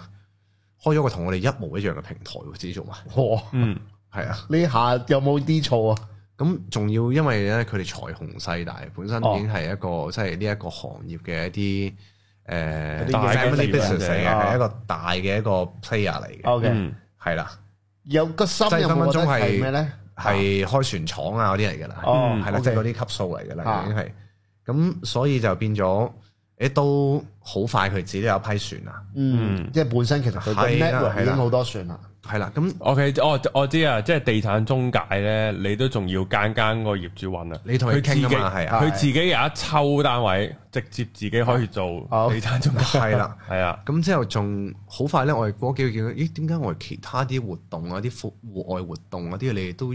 Speaker 3: 開咗個同我哋一模一樣嘅平台喎，自己做埋，
Speaker 2: 哇！
Speaker 1: 嗯，
Speaker 3: 係啊。
Speaker 2: 呢下有冇啲醋啊？
Speaker 3: 咁仲要因為咧，佢哋財雄勢大，本身
Speaker 2: 哦
Speaker 3: 已經係一個、即係呢一個行業嘅一
Speaker 2: 嗰
Speaker 3: 啲誒
Speaker 2: 啲
Speaker 3: 大
Speaker 1: 大嘅
Speaker 3: 嘅 family
Speaker 1: 企業
Speaker 3: business 嚟嘅，
Speaker 2: 啊
Speaker 3: 係一個大嘅一個 player 嚟嘅，
Speaker 2: OK，
Speaker 1: 嗯，
Speaker 3: 係啦，
Speaker 2: 有個心有冇覺得係咩咧？
Speaker 3: 係開船廠啊嗰啲嚟㗎啦，
Speaker 2: 哦
Speaker 3: 係啦，
Speaker 2: OK
Speaker 3: 即係嗰啲級數嚟㗎啦，
Speaker 2: 啊
Speaker 3: 已經係。咁所以就變咗，誒都好快佢自己都有批船啊啦，
Speaker 2: 嗯，即係本身其實佢個
Speaker 3: 係啦
Speaker 2: network 已
Speaker 3: 係
Speaker 2: 經
Speaker 3: 啦
Speaker 2: 好多船啦，
Speaker 3: 係啦，咁
Speaker 1: O K，我我知啊，即係地產中介咧，你都仲要間間個業主揾啊，
Speaker 3: 你同佢
Speaker 1: 自
Speaker 3: 傾
Speaker 1: 己
Speaker 3: 啊嘛係啊
Speaker 1: 佢自己有一抽單位，直接自己可以做
Speaker 2: 好
Speaker 1: 地產中介，
Speaker 3: 係啦，
Speaker 1: 係啊，
Speaker 3: 咁之後仲好快咧，我哋嗰幾個見到，咦？點解我哋其他啲活動啊、啲戶戶外活動啊啲，你哋都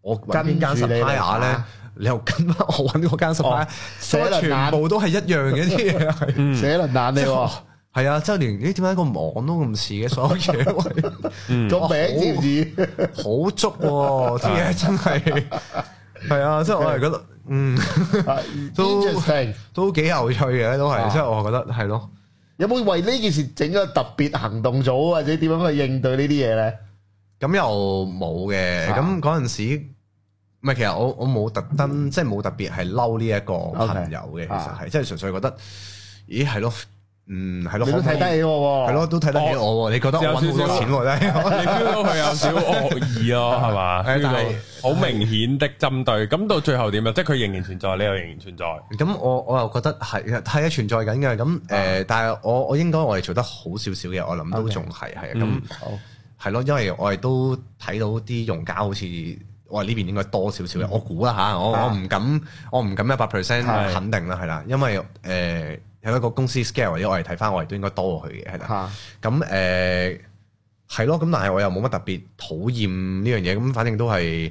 Speaker 3: 我揾邊間
Speaker 2: 跟住你嚟
Speaker 3: supplier 咧
Speaker 2: 打，
Speaker 3: 你又跟翻 我揾嗰間 supplier，所
Speaker 2: 寫
Speaker 3: 以
Speaker 2: 輪眼
Speaker 3: 全部都係一樣嘅啲嘢係。
Speaker 2: 寫輪眼你喎，
Speaker 3: 係啊，即係連咦點解個網都咁似嘅所有嘢， 喂
Speaker 2: 個名似唔似？
Speaker 3: 好足喎啲嘢 真係係啊！即係我係覺得嗯 都
Speaker 2: Interesting，
Speaker 3: 都幾有趣嘅，都
Speaker 2: 啊
Speaker 3: 係即係我覺得係咯。
Speaker 2: 有冇為呢件事整個特別行動組或者點樣去應對呢啲嘢咧？
Speaker 3: 咁又冇嘅，
Speaker 2: 啊
Speaker 3: 咁嗰陣時，唔係其實我我冇特登，即係冇特別係嬲呢一個
Speaker 2: 嗯 OK，
Speaker 3: 朋友嘅，其實
Speaker 2: 啊
Speaker 3: 係即係純粹覺得，咦係咯，嗯，係咯，
Speaker 2: 你都睇哦得起我喎。
Speaker 3: 係咯，都睇得起我喎。你覺得我揾好多錢喎？真係
Speaker 1: 你 feel 到佢有少惡意咯，係嘛
Speaker 3: 誒
Speaker 1: ？feel 到
Speaker 3: 但 係
Speaker 1: 好明顯的針對，咁到最後點啊？即係佢仍然存在，你又仍然存在，
Speaker 3: 咁我我又覺得係係啊存在緊嘅，咁誒、呃但係我我應該我哋做得好少少嘅，我諗都
Speaker 2: OK
Speaker 3: 仲係係啊
Speaker 1: 嗯
Speaker 3: 咁係咯，因為我哋都睇到啲用家好似我哋呢邊應該多少
Speaker 1: 嗯
Speaker 3: 少嘅，我估啦嚇，我
Speaker 2: 啊
Speaker 3: 我唔敢我唔敢一百 percent
Speaker 1: 係
Speaker 3: 肯定啦，係啦，因為誒、呃有一個公司 scale 或者我哋睇翻我哋都應該多過佢嘅，係啦，
Speaker 1: 啊
Speaker 2: 嚇
Speaker 3: 咁誒係咯，咁但係我又冇乜特別討厭呢樣嘢，咁反正都係。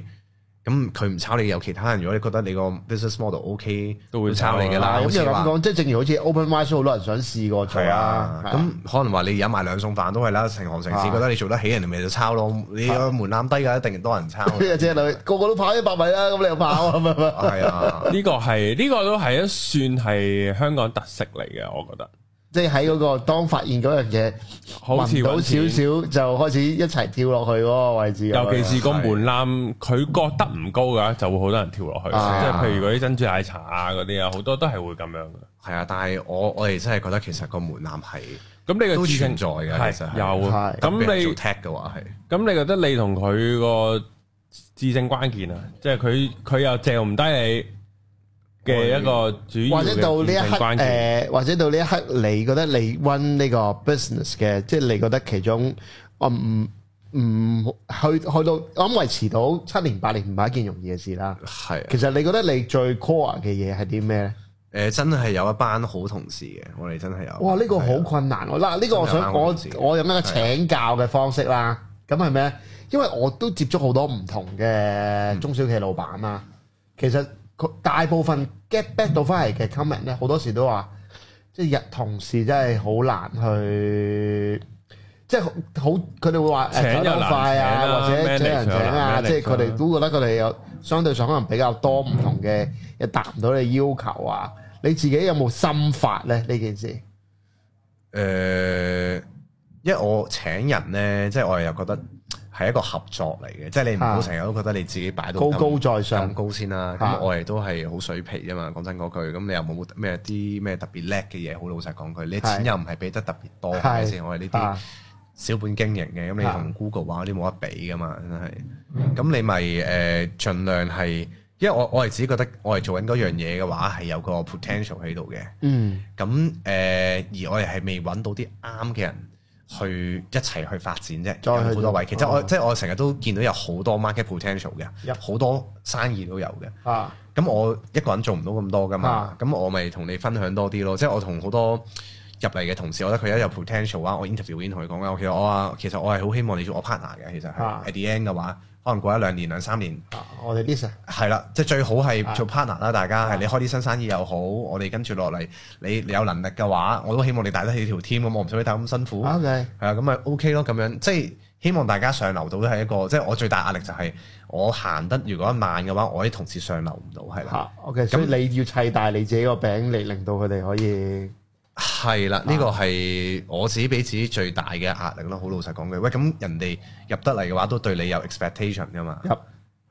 Speaker 3: 咁佢唔抄你，有其他人如果你覺得你個 business model OK，
Speaker 1: 都會
Speaker 3: 抄你嘅
Speaker 1: 抄啦
Speaker 3: 啦。
Speaker 2: 嗱，
Speaker 3: 好
Speaker 2: 咁
Speaker 3: 似
Speaker 2: 就
Speaker 3: 話
Speaker 2: 咁講，即係正如好似 Open Y 好多人想試過做
Speaker 3: 係
Speaker 2: 啦
Speaker 3: 啊，，
Speaker 2: 係
Speaker 3: 咁可能話你而家賣兩餸飯都係啦，成行成市
Speaker 2: 啊
Speaker 3: 覺得你做得起，人哋咪就抄咯。你個門檻低㗎，一定 多人抄。
Speaker 2: 呢個即係女個個都跑一百米啦，咁你又跑咁樣啊，
Speaker 3: 係啊，
Speaker 1: 呢個係呢個都係一算係香港特色嚟嘅，我覺得。
Speaker 2: 即係喺嗰個當發現嗰樣嘢，
Speaker 1: 好似
Speaker 2: 聞
Speaker 1: 搵
Speaker 2: 到少
Speaker 1: 錢
Speaker 2: 少就開始一齊跳落去嗰個位置咁樣，
Speaker 1: 尤其是個
Speaker 3: 係
Speaker 1: 門檻，佢覺得唔高嘅，就會好多人跳落去。即
Speaker 2: 啊
Speaker 1: 係譬如嗰啲珍珠奶茶啊嗰啲啊，好多都係會咁樣嘅。
Speaker 3: 係啊，但係我我哋真係覺得其實個門檻係
Speaker 1: 咁你個
Speaker 3: 都
Speaker 1: 致敬
Speaker 3: 存在嘅，其實
Speaker 1: 係
Speaker 3: 係
Speaker 1: 有啊。咁
Speaker 2: 係
Speaker 3: 特別係
Speaker 1: 你
Speaker 3: 做 tech 嘅話係
Speaker 1: 咁你覺得你同佢個致敬關鍵啊，即係佢佢又嚼唔低你嘅一個主要
Speaker 2: 或者到
Speaker 1: 嘅
Speaker 2: 呢
Speaker 1: 致
Speaker 2: 一
Speaker 1: 敬
Speaker 2: 刻，
Speaker 1: 關
Speaker 2: 誒、
Speaker 1: 鍵。
Speaker 2: 或者到呢一刻，你覺得你 run 呢個 business 嘅，即係你覺得其中，我唔唔去去到，我諗維持到七年八年唔係一件容易嘅事啦。
Speaker 3: 係啊
Speaker 2: 其實你覺得你最 core 嘅嘢係啲咩咧？
Speaker 3: 誒，真係有一班好同事嘅，我哋真係有。
Speaker 2: 哇！呢、個好困難喎。嗱，呢、個我想我我有咩個請教嘅方式啦。咁係咩？因為我都接觸好多唔同嘅中小企老闆啦。其實佢大部分 get back 到翻嚟嘅 comment 咧，好多時都話，即係日同事真係好難去，即係好佢哋會話誒
Speaker 1: 請又
Speaker 2: 走得
Speaker 1: 難
Speaker 2: 快
Speaker 1: 請
Speaker 2: 啊，
Speaker 1: 啦
Speaker 2: 或者請人
Speaker 1: manager
Speaker 2: 請啊，
Speaker 1: 難
Speaker 2: 即係
Speaker 1: manager
Speaker 2: 佢哋都覺得佢哋有相對上可能比較多唔同嘅，又達唔到你要求啊。你自己有冇心法咧？呢件事？
Speaker 3: 誒，呃因為我請人咧，即係我哋又覺得係一個合作嚟嘅，即係你唔好成日都覺得你自己擺到
Speaker 2: 高
Speaker 3: 咁
Speaker 2: 高在上
Speaker 3: 咁高先啦。
Speaker 2: 啊
Speaker 3: 咁我哋都係好水皮啫嘛。講真嗰句，咁你又冇咩啲咩特別叻嘅嘢？好老實講句，
Speaker 2: 係
Speaker 3: 你錢又唔係俾得特別多，
Speaker 2: 係
Speaker 3: 係咪先？我哋呢啲
Speaker 2: 啊
Speaker 3: 小本經營嘅，咁你
Speaker 2: 啊
Speaker 3: 同 Google 啊嗰啲冇得比噶嘛，真係。咁你咪誒，儘量係，因為我我係只覺得我係做緊嗰樣嘢嘅話，係有個 potential 喺度嘅。
Speaker 2: 嗯，
Speaker 3: 咁誒、而我哋係未揾到啲啱嘅人去一齊去發展啫，
Speaker 2: 再
Speaker 3: 有
Speaker 2: 去
Speaker 3: 好多位。其實
Speaker 2: 做
Speaker 3: 我、
Speaker 2: 哦
Speaker 3: 即係我成日都見到有好多 market potential 嘅
Speaker 2: Yep，
Speaker 3: 好多生意都有嘅。
Speaker 2: 啊，
Speaker 3: 咁我一個人做唔到咁多噶嘛
Speaker 2: 啊，
Speaker 3: 咁、我咪同你分享多啲咯。即係我同好多入嚟嘅同事，我覺得佢一有 potential 啊，我 interview 已經同佢講啦。其實我啊，其實我係好希望你做我 partner 嘅。其實係
Speaker 2: 啊
Speaker 3: at the end 嘅話，可能過一兩年兩三年。
Speaker 2: 啊我哋 list 啊
Speaker 3: 係啦，即係最好
Speaker 2: 啊
Speaker 3: 係做 partner 啦，大家係你開啲新生意又好，我哋跟住落嚟，你你有能力嘅話，我都希望你帶得起條 team 咁，我唔想你帶咁辛苦。係
Speaker 2: ，OK，
Speaker 3: 啊，咁咪 OK 咯，咁樣即係希望大家上流到都係一個，即係我最大壓力就係我行得如果慢嘅話，我啲同事上流唔到，係啦，
Speaker 2: 嚇，OK，所以你要砌大你自己個餅嚟，令到佢哋可以
Speaker 3: 係
Speaker 2: 啊
Speaker 3: 啦，呢個係我自己俾自己最大嘅壓力咯。好老實講句，喂，咁人哋入得嚟嘅話，都對你有 expectation 噶嘛。
Speaker 2: 入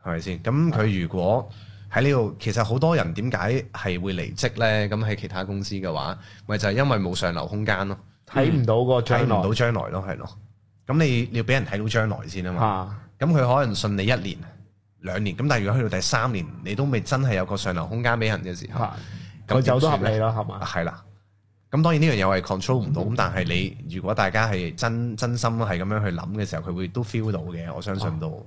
Speaker 3: 係咪先？咁佢如果喺呢度，其實好多人點解係會離職呢？咁喺其他公司嘅話，咪就係因為冇上流空間咯，
Speaker 2: 睇唔到個
Speaker 3: 睇
Speaker 2: 將
Speaker 3: 唔
Speaker 2: 來
Speaker 3: 到將來咯，係咯。咁你你要俾人睇到將來先啊嘛。
Speaker 2: 嚇，
Speaker 3: 咁佢可能信你一年、兩年，咁但係如果去到第三年，你都未真係有個上流空間俾人嘅時候，
Speaker 2: 嚇，
Speaker 3: 咁
Speaker 2: 佢走都合
Speaker 3: 點算呢
Speaker 2: 理咯，係嘛？
Speaker 3: 係啦。咁當然呢樣嘢我係 control 唔到，咁但係你如果大家係真真心係咁樣去諗嘅時候，佢會都 feel 到嘅，我相信都。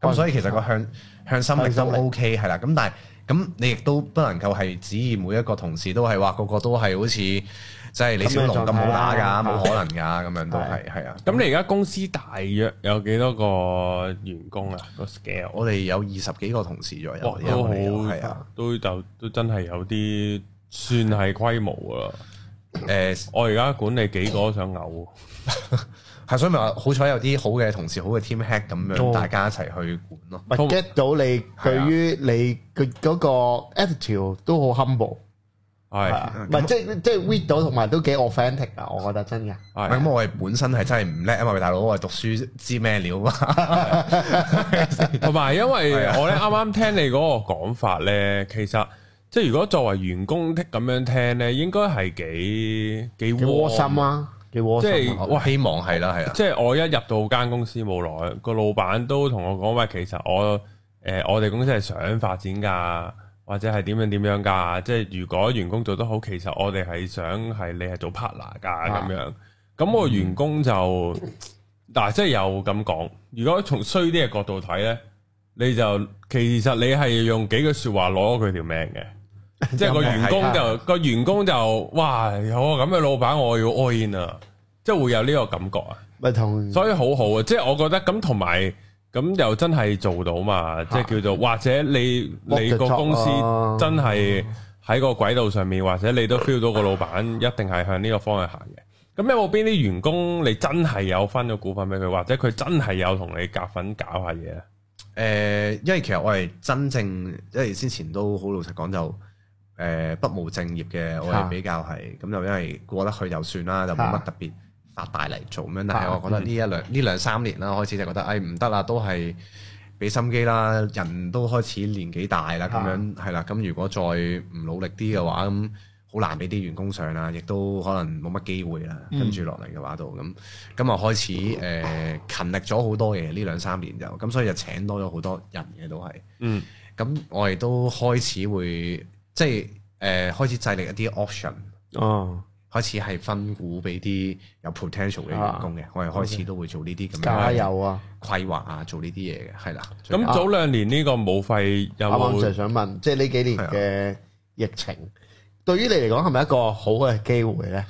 Speaker 3: 咁、所以其實個向向心力都
Speaker 2: 向心力
Speaker 3: OK 係啦。咁但係咁你亦都不能夠係指意每一個同事都係話個個都係好似即係李小龍咁好打㗎，冇可能㗎，咁樣都係係啊。
Speaker 1: 咁你而家公司大約有幾多個員工啊？個 scale？
Speaker 3: 我哋有二十幾個同事左右，
Speaker 1: 哇，
Speaker 3: 因為
Speaker 1: 都
Speaker 3: 我哋有
Speaker 1: 好
Speaker 3: 係啊。，
Speaker 1: 都就都真係有啲算係規模噶啦。
Speaker 3: 誒
Speaker 1: 我而家管理幾個都想嘔。
Speaker 3: 係，所以咪話好彩有啲好嘅同事，好嘅 team head 咁
Speaker 2: 哦
Speaker 3: 樣，大家一齊去管咯。
Speaker 2: 咪
Speaker 1: 通
Speaker 2: get 到你對於你嘅嗰個 attitude 都好 humble，係
Speaker 1: 係
Speaker 2: 啊
Speaker 3: 咁
Speaker 2: 唔係即係即係 read 到同埋都幾 authentic 啊，我覺得真嘅。
Speaker 3: 唔係
Speaker 1: 係
Speaker 3: 咁，我哋本身係真係唔叻啊嘛，大佬，我係讀書知咩料啊 嘛，
Speaker 2: 啊
Speaker 1: 同埋因為我咧啱啱聽你嗰個講法咧，其實即係如果作為員工咁樣聽咧，應該係幾幾
Speaker 2: 幾窩心啊，幾窩
Speaker 1: 即
Speaker 2: 心
Speaker 1: 係
Speaker 2: 啊。
Speaker 1: 哇
Speaker 3: 我希望係啦，係啊啦，
Speaker 1: 即係我一入到間公司冇耐，個老闆都同我講話，其實我誒、呃我哋公司係想發展㗎，或者係點樣點樣㗎。即係如果員工做得好，其實我哋係想係你係做 partner 㗎咁、樣。咁我員工就嗱、即係又咁講。如果從衰啲嘅角度睇咧，你就其實你係用幾句説話攞咗佢條命嘅。即係個員工就個員工就哇，有個咁嘅老闆，我要 all in 啊！即係會有呢個感覺啊！
Speaker 2: 咪同
Speaker 1: 所以好好啊！即係我覺得咁同埋咁又真係做到嘛，即係叫做或者你
Speaker 2: Walk the
Speaker 1: 你個公司
Speaker 2: talk 啊
Speaker 1: 真係喺個軌道上面，或者你都 feel 到個老闆一定係向呢個方向行嘅。咁有冇邊啲員工你真係有分咗股份俾佢，或者佢真係有同你夾份搞下嘢啊咧？
Speaker 3: 誒、因為其實我係真正，因為之前都好老實講就誒、不務正業嘅，我
Speaker 2: 嚇
Speaker 3: 係比較係咁就因為過得去就算啦，就冇
Speaker 2: 嚇
Speaker 3: 乜特別發大嚟做咁樣。但
Speaker 2: 嚇
Speaker 3: 係我覺得呢一兩呢兩三年啦，開始就覺得誒唔得啦，都係俾心機啦，人都開始年紀大啦，咁
Speaker 2: 嚇
Speaker 3: 樣係啦。咁如果再唔努力啲嘅話，咁好難俾啲員工上啊啦，亦都可能冇乜機會啦。跟住落嚟嘅話度咁。咁啊開始誒、呃勤力咗好多嘢，呢兩三年就咁，所以就請多咗好多人嘅都係。
Speaker 1: 嗯，
Speaker 3: 咁我哋都開始會即係誒、呃、開始制定一啲 option，
Speaker 2: 哦
Speaker 3: 開始係分股俾啲有 potential 嘅員工嘅，我哋開始都會做呢啲咁
Speaker 2: 加
Speaker 3: 樣嘅
Speaker 2: 油啊！
Speaker 3: 規劃啊，做呢啲嘢嘅，係啦。
Speaker 1: 咁早兩年呢個武肺有
Speaker 2: 啱啱就係
Speaker 1: 冇？
Speaker 2: 想問，即係呢幾
Speaker 3: 啊
Speaker 2: 年嘅疫情，對於你嚟講係咪一個好嘅機會咧？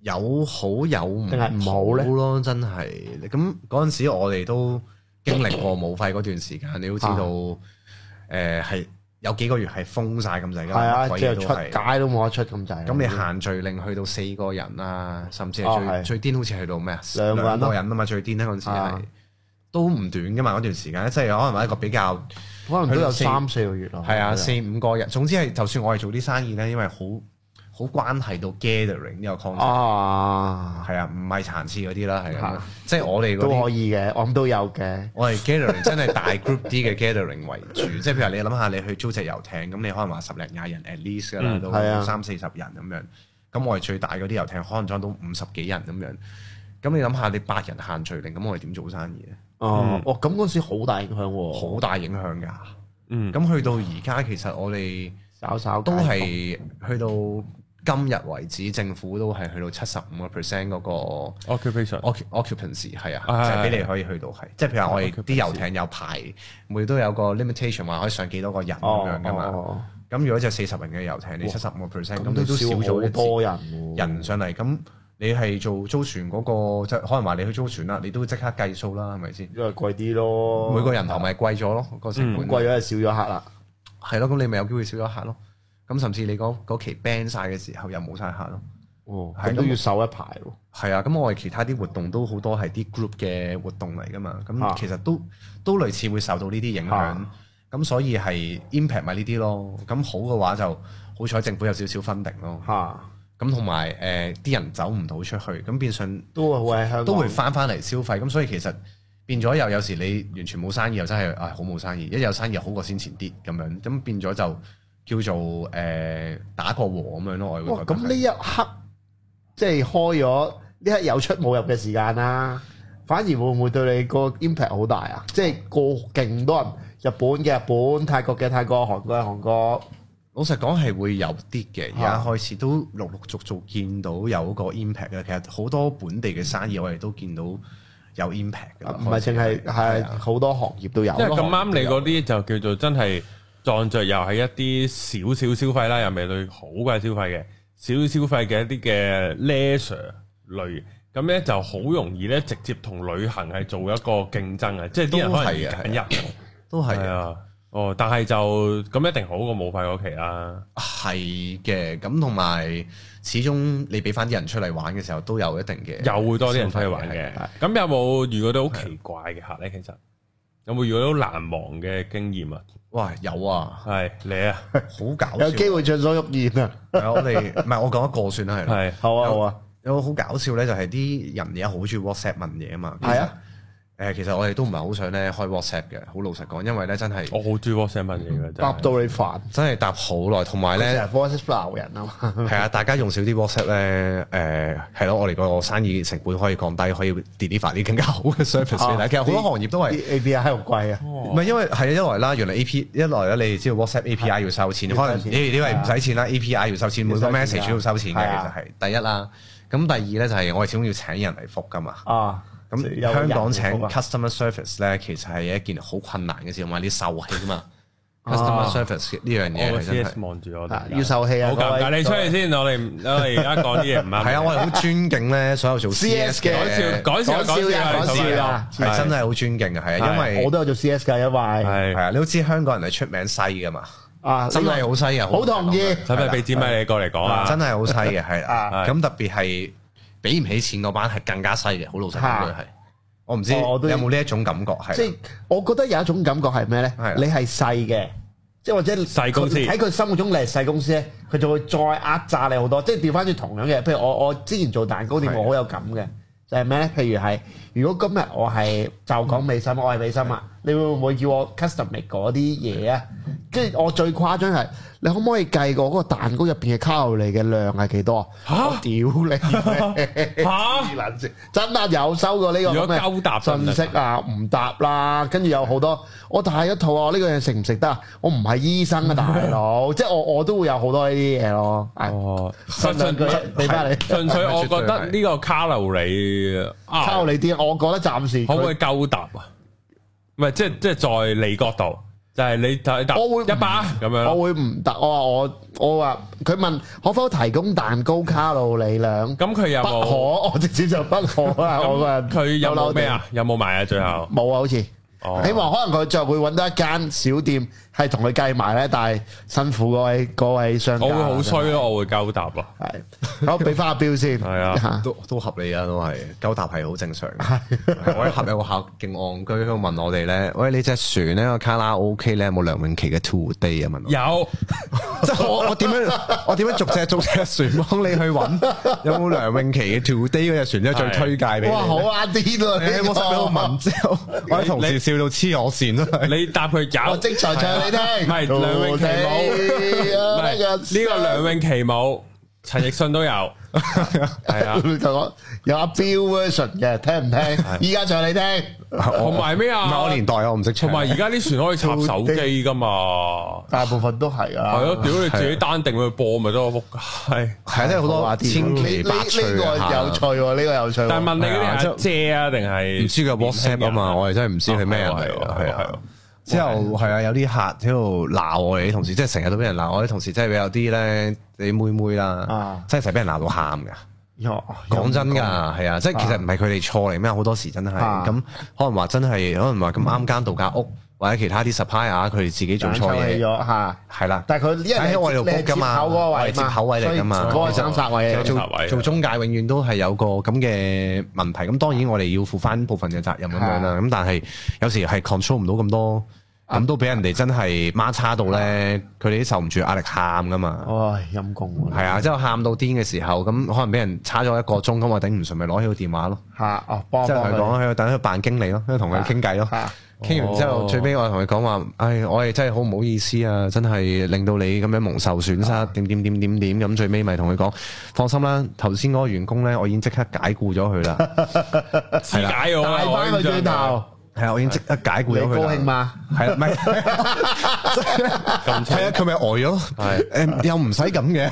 Speaker 3: 有好有唔
Speaker 2: 定係唔好呢
Speaker 3: 咯，真係咁嗰陣時，我哋都經歷過冇費嗰段時間，你都知
Speaker 2: 啊
Speaker 3: 道誒呃係、有幾個月係封晒咁滯㗎
Speaker 2: 係
Speaker 3: 啦，
Speaker 2: 啊，
Speaker 3: 乜鬼
Speaker 2: 之
Speaker 3: 嘢
Speaker 2: 後
Speaker 3: 都
Speaker 2: 出
Speaker 3: 係
Speaker 2: 街都冇得出咁滯。
Speaker 3: 咁你限聚令去到四個人啊，甚至
Speaker 2: 哦
Speaker 3: 係最、
Speaker 2: 係
Speaker 3: 最癲，好似去到咩啊？
Speaker 2: 兩個人咯
Speaker 3: 兩人啊嘛，最癲咧嗰陣時
Speaker 2: 啊
Speaker 3: 係都唔短噶嘛，嗰段時間即係可能係一個比較
Speaker 2: 可能都有
Speaker 3: 去到四
Speaker 2: 三四個月咯。
Speaker 3: 係啊四五個人。總之係就算我哋做啲生意咧，因為好好關係到 gathering 呢個 concept
Speaker 2: 啊，
Speaker 3: 係啊，唔係殘次嗰啲啦，係
Speaker 2: 啊
Speaker 3: 啊，即係我哋嗰
Speaker 2: 都
Speaker 3: 啲
Speaker 2: 可以嘅，我諗都有嘅。
Speaker 3: 我哋 gathering 真係大 group 啲嘅 gathering 為主， 即係譬如你諗下，你去租隻遊艇，咁你可能話十零廿人 at least 㗎啦，
Speaker 1: 嗯
Speaker 2: 係啊
Speaker 3: 到三四十人咁樣。咁我哋最大嗰啲遊艇可能裝到五十幾人咁樣。咁你諗下，你八人限聚令，咁我哋點做生意咧？
Speaker 2: 哦，哦，咁嗰時好大影響喎，
Speaker 3: 嗯好大影響㗎。
Speaker 1: 嗯，
Speaker 3: 咁去到而家，其實我哋
Speaker 2: 稍稍
Speaker 3: 都
Speaker 2: 解
Speaker 3: 係去到今日為止，政府都係去到七十五個 percent 嗰個
Speaker 1: occupation
Speaker 3: occu- occupancy 係啊，
Speaker 1: 啊
Speaker 3: 就係
Speaker 1: 係
Speaker 3: 俾你可以去到係，即係譬如我哋
Speaker 1: occupancy
Speaker 3: 啲遊艇有排，每都有個 limitation 話可以上幾多個人
Speaker 2: 放
Speaker 3: 咁樣噶
Speaker 2: 哦
Speaker 3: 嘛。
Speaker 2: 哦
Speaker 3: 咁如果就四十人嘅遊艇，你七十五個 percent，
Speaker 2: 哦
Speaker 3: 咁你都少咗
Speaker 2: 好
Speaker 3: 一
Speaker 2: 多
Speaker 3: 多
Speaker 2: 人喎
Speaker 3: 人上嚟。咁你係做租船嗰個，即係可能話你去租船啦，你都即刻計數啦，係咪先？
Speaker 2: 因為貴啲咯，
Speaker 3: 每個人頭咪貴咗咯，個成
Speaker 2: 咁
Speaker 3: 本
Speaker 2: 哦嗯貴咗就少咗客啦。
Speaker 3: 係咯，咁你咪有機會少咗客咯。咁甚至你嗰嗰期 ban 晒嘅時候又冇晒客咯。
Speaker 2: 哦，
Speaker 3: 係
Speaker 2: 咁都要守一排喎。
Speaker 3: 係啊，咁我哋其他啲活動都好多係啲 group 嘅活動嚟噶嘛，
Speaker 2: 啊
Speaker 3: 咁其實都都類似會受到呢啲影響
Speaker 2: 啊，
Speaker 3: 咁所以係 impact 咪呢啲咯。咁好嘅話就好彩政府有少少分定咯，
Speaker 2: 嚇，
Speaker 3: 咁同埋誒啲人走唔到出去，咁變相
Speaker 2: 都會喺香港
Speaker 3: 都會翻翻嚟消費，咁所以其實變咗又有時你完全冇生意又真係啊好冇生意，一有生意又好過先前啲咁樣，咁變咗就叫做誒、呃打個和咁樣咯，我
Speaker 2: 哇！
Speaker 3: 會覺
Speaker 2: 咁
Speaker 3: 得係。
Speaker 2: 呢一刻即係開咗呢刻有出冇入嘅時間啦，反而會唔會對你個 impact 好大啊？即係過勁多人，日本嘅日本，泰國嘅泰國，韓國嘅韓國，
Speaker 3: 老實講係會有啲嘅，而家
Speaker 2: 啊
Speaker 3: 開始都陸陸續續見到有個 impact 嘅。其實好多本地嘅生意我哋都見到有 impact 嘅啦。
Speaker 2: 啊唔係淨係
Speaker 3: 開始啊
Speaker 2: 係好多行業都有
Speaker 1: 因。為咁啱你嗰啲就叫做真係撞着，又係一啲少少消費啦，又未對好貴消費嘅少少消費嘅一啲嘅 leisure 類，咁咧就好容易咧直接同旅行係做一個競爭啊！即係啲人可能二
Speaker 3: 嗯都係嘅
Speaker 1: 揀一，
Speaker 3: 都係
Speaker 1: 係
Speaker 3: 嘅
Speaker 1: 啊，哦，但係就咁一定好過冇費嗰期啦，
Speaker 3: 係嘅。咁同埋始終你俾翻啲人出嚟玩嘅時候，都有一定嘅
Speaker 1: 又會多啲人出去玩
Speaker 3: 消費
Speaker 1: 嘅
Speaker 3: 係。
Speaker 1: 咁有冇遇過到好奇怪嘅客咧？其實有冇遇過到難忘嘅經驗啊？
Speaker 3: 哇，有啊，
Speaker 1: 係你啊，
Speaker 3: 好搞笑。
Speaker 2: 有機會暢所欲言啊！
Speaker 3: 係啊我哋唔係我講一個算啦，係啦。
Speaker 1: 係
Speaker 2: 好啊好啊，
Speaker 3: 有個好搞笑咧，就係啲人而家好中意 WhatsApp 問嘢啊嘛。
Speaker 2: 係啊，
Speaker 3: 誒，其實我哋都唔係好想咧開 WhatsApp 嘅，好老實講，因為咧真係
Speaker 1: 我好中意 WhatsApp 問嘢嘅，真
Speaker 2: 答
Speaker 1: 係
Speaker 2: 到你煩，
Speaker 3: 真係答好耐，同埋
Speaker 2: 咧
Speaker 3: 咧
Speaker 2: 成日 voice 鬧人啊嘛，
Speaker 3: 係啊，大家用少啲 WhatsApp 咧，誒係咯，我哋個生意成本可以降低，可以 deliver 啲更加 好嘅
Speaker 2: 啊
Speaker 3: service 俾大家。其實好多行業都係。
Speaker 2: 啲 A B I 好貴啊，
Speaker 3: 唔係因為係一來啦，原來 A P 一來咧，你知道 WhatsApp A P I 要收錢，
Speaker 2: 要
Speaker 3: 可能
Speaker 2: 收錢啊
Speaker 3: 你你為唔使錢啦，A P I 要收錢，每個
Speaker 2: 要收錢
Speaker 3: message
Speaker 2: 㗎
Speaker 3: 都要收錢
Speaker 2: 係
Speaker 3: 嘅，
Speaker 2: 啊
Speaker 3: 其實係第一啦。咁第二咧就係我哋始終要請人嚟覆噶嘛。
Speaker 2: 啊，
Speaker 3: 咁
Speaker 2: 有
Speaker 3: 香港
Speaker 2: 人
Speaker 3: 請
Speaker 2: 嚟覆啊
Speaker 3: customer service 咧，其實係一件好困難嘅事，同埋你受氣嘛。
Speaker 2: 啊哦
Speaker 3: customer service 呢樣嘢
Speaker 1: 我
Speaker 3: 係真係
Speaker 1: CS 望住我
Speaker 2: 啊
Speaker 1: 哋，
Speaker 2: 要受氣啊，
Speaker 1: 好尷
Speaker 2: 各
Speaker 1: 尬，
Speaker 2: 位
Speaker 1: 你出去先，我哋唔我哋而家講啲嘢唔啱。
Speaker 3: 係啊，我係好尊敬咧所有做 CS
Speaker 2: CS 嘅
Speaker 3: 嘅，
Speaker 1: 講笑
Speaker 2: 講笑
Speaker 1: 講笑
Speaker 2: 啊
Speaker 1: 講笑
Speaker 2: 講笑啊
Speaker 1: 啊，
Speaker 3: 係真係好尊敬嘅，係啊，因
Speaker 1: 係
Speaker 3: 為
Speaker 2: 我都有做 C S 㗎，因為
Speaker 1: 係
Speaker 3: 係啊，你都知香港人係出名西噶嘛，
Speaker 2: 啊，
Speaker 3: 真係好西嘅，
Speaker 2: 好同意
Speaker 1: 使唔使俾支咪你過嚟講啊？
Speaker 3: 真係好西嘅，係啦
Speaker 1: 啊。
Speaker 3: 咁特別係俾唔起錢嗰班係更加西嘅，好老實
Speaker 2: 嚇
Speaker 3: 講佢係。我唔知
Speaker 2: 哦啊我都
Speaker 3: 有冇呢一種感覺係。
Speaker 2: 即係我覺得有一種感覺係咩咧
Speaker 3: 係啊？
Speaker 2: 你係細嘅，即係或者
Speaker 1: 細公司
Speaker 2: 佢喺佢心目中你係細公司咧，佢就會再壓榨你好多。即係調翻轉同樣嘅，譬如我我之前做蛋糕店，
Speaker 3: 係啊
Speaker 2: 我好有感嘅，就係咩咧？譬如係如果今日我係就講美心，我係美心啊，你會唔會叫我 custom make 嗰啲嘢啊？跟住我最誇張係，你可唔可以計過嗰個蛋糕入邊嘅卡路里嘅量係幾多啊？
Speaker 1: 嚇
Speaker 2: 我屌你！
Speaker 1: 嚇，
Speaker 2: 撚線真啊有收過呢個
Speaker 1: 如
Speaker 2: 咁
Speaker 1: 果
Speaker 2: 嘅
Speaker 1: 勾搭就唔
Speaker 2: 信
Speaker 1: 得
Speaker 2: 息啊，唔答啦，跟住有好多我大咗肚啊，我呢個嘢食唔食得啊？我唔係醫生啊，大 佬，即係我我都會有好多呢啲嘢咯。係
Speaker 1: 哦，
Speaker 2: 信兩句俾翻你，
Speaker 1: 純粹我
Speaker 3: 絕對
Speaker 1: 覺得呢個卡路里啊，
Speaker 2: 靠你啲，我覺得暫時
Speaker 1: 可唔可以
Speaker 2: 佢
Speaker 1: 勾搭啊？唔係，即係即係在你角度，就係你睇搭
Speaker 2: 我會
Speaker 1: 一把咁樣咯。
Speaker 2: 我會唔答，我話我我話佢問可否提供蛋糕卡路里量，
Speaker 1: 咁佢有
Speaker 2: 不可，
Speaker 1: 冇？
Speaker 2: 我直接就不可啊！我個人
Speaker 1: 佢有
Speaker 2: 嬲
Speaker 1: 冇
Speaker 2: 嬲
Speaker 1: 咩
Speaker 2: 地
Speaker 1: 啊？有冇買啊？最後
Speaker 2: 冇啊，好似。
Speaker 1: 哦
Speaker 2: 希望可能佢最後會揾到一間小店係同佢計埋咧，但係辛苦嗰位嗰位商家。
Speaker 1: 我會好衰咯，我會勾搭啊咯。
Speaker 2: 係，好俾翻阿標先。
Speaker 1: 係啊
Speaker 3: 都都合理啊，都係勾搭係好 正常嘅。我一合有個客勁戇居喺度問我哋咧，喂你隻船咧個卡拉 OK 咧有冇梁詠琪嘅 Two Day 啊？問我，
Speaker 1: 有
Speaker 3: 即係我我點樣我點樣逐隻逐隻船幫你去揾有冇梁詠琪嘅 Two Day 嗰隻船咧，再推介
Speaker 2: 嚇
Speaker 3: 俾你。
Speaker 2: 哇，好啊啲咯，
Speaker 3: 你喺 WhatsApp 度問之後，我啲同事笑到黐我線啦。
Speaker 1: 你搭佢
Speaker 2: 我
Speaker 1: 有。
Speaker 2: 即場唱你聽。
Speaker 1: 唔係梁詠琪唔係呢個梁
Speaker 2: 呢
Speaker 1: 詠琪冇，陳奕迅都有，係啊。
Speaker 2: 個梁就我有阿標 version 嘅，聽唔聽？依家唱你聽。
Speaker 1: 同埋咩
Speaker 3: 唔係
Speaker 1: 啊
Speaker 3: 我？年代，我唔識唱。
Speaker 1: 同埋而家啲船可以插手機噶嘛？
Speaker 2: 大部分都係啊。
Speaker 1: 係咯，屌你自己單定去播咪得咯，仆街！
Speaker 3: 係啊真係好
Speaker 2: 好啊
Speaker 3: 多
Speaker 2: 啲
Speaker 3: 千
Speaker 2: 呢
Speaker 3: 奇
Speaker 2: 呢
Speaker 3: 百趣啊
Speaker 2: 呢個有趣喎，呢個有趣喎。
Speaker 1: 但係問
Speaker 3: 哎
Speaker 1: 你嗰啲係阿姐啊，定係
Speaker 3: 唔知佢 WhatsApp 啊嘛，我哋真係唔知佢咩人嚟
Speaker 1: 係啊係
Speaker 3: 㗎係
Speaker 1: 啊係啊
Speaker 3: 啊。之後係啊，有啲客喺度鬧我哋啲同事，即係成日都俾人鬧。我啲同事真係有啲咧，你妹妹啦
Speaker 2: 啊，
Speaker 3: 真係成日俾人鬧到喊㗎。
Speaker 2: 喲
Speaker 3: 講真㗎，係啊，即係其實唔係佢哋錯嚟咩，好多時真係
Speaker 2: 啊
Speaker 3: 咁，可能話真係，可能話咁啱間度假屋或者其他啲 supplier 佢哋自己做
Speaker 2: 冷
Speaker 3: 錯
Speaker 2: 抽氣
Speaker 3: 嘢，
Speaker 2: 咗嚇。
Speaker 3: 係啦。
Speaker 2: 啊但係佢因為
Speaker 3: 喺我哋度
Speaker 2: 你係
Speaker 3: book 噶嘛，
Speaker 2: 接口嗰個
Speaker 3: 我
Speaker 2: 位
Speaker 3: 係接口位嚟噶嘛，啊
Speaker 2: 所以嗰個三殺位啊
Speaker 1: 嘅
Speaker 2: 嚟嘅。
Speaker 1: 三煞
Speaker 3: 做
Speaker 1: 位
Speaker 3: 做中介永遠都係有個咁嘅問題，咁當然我哋要負翻部分嘅責任咁樣啦。咁但係有時係 control 唔到咁多，咁都俾人哋真係孖叉到咧，佢哋都受唔住壓力喊噶嘛。
Speaker 2: 唉，陰公喎。
Speaker 3: 係啊，即係喊到癲嘅時候，咁可能俾人叉咗一個鐘，咁我頂唔順，咪攞起個電話咯，
Speaker 2: 嚇哦，幫
Speaker 3: 即係
Speaker 2: 幫
Speaker 3: 同佢
Speaker 2: 佢啊
Speaker 3: 講，喺度等佢扮經理咯，喺度同佢傾偈咯。
Speaker 2: 嚇。
Speaker 3: 傾完之後，
Speaker 1: 哦
Speaker 3: 最尾我同佢講話，唉，我哋真係好唔好意思啊，真係令到你咁樣蒙受損
Speaker 2: 啊
Speaker 3: 失，點點點點點咁，最尾咪同佢講，放心啦，頭先嗰個員工呢，我已經即刻解僱咗 佢啦，
Speaker 1: 肢解我啊
Speaker 2: 帶翻佢轉頭，
Speaker 3: 係啊，我已經即刻解僱
Speaker 2: 你
Speaker 3: 咗佢啦。
Speaker 2: 高興？嘛？
Speaker 3: 係啦，唔 係，
Speaker 1: 咁清
Speaker 3: 係啊，佢咪呆咗，誒，又唔使咁嘅，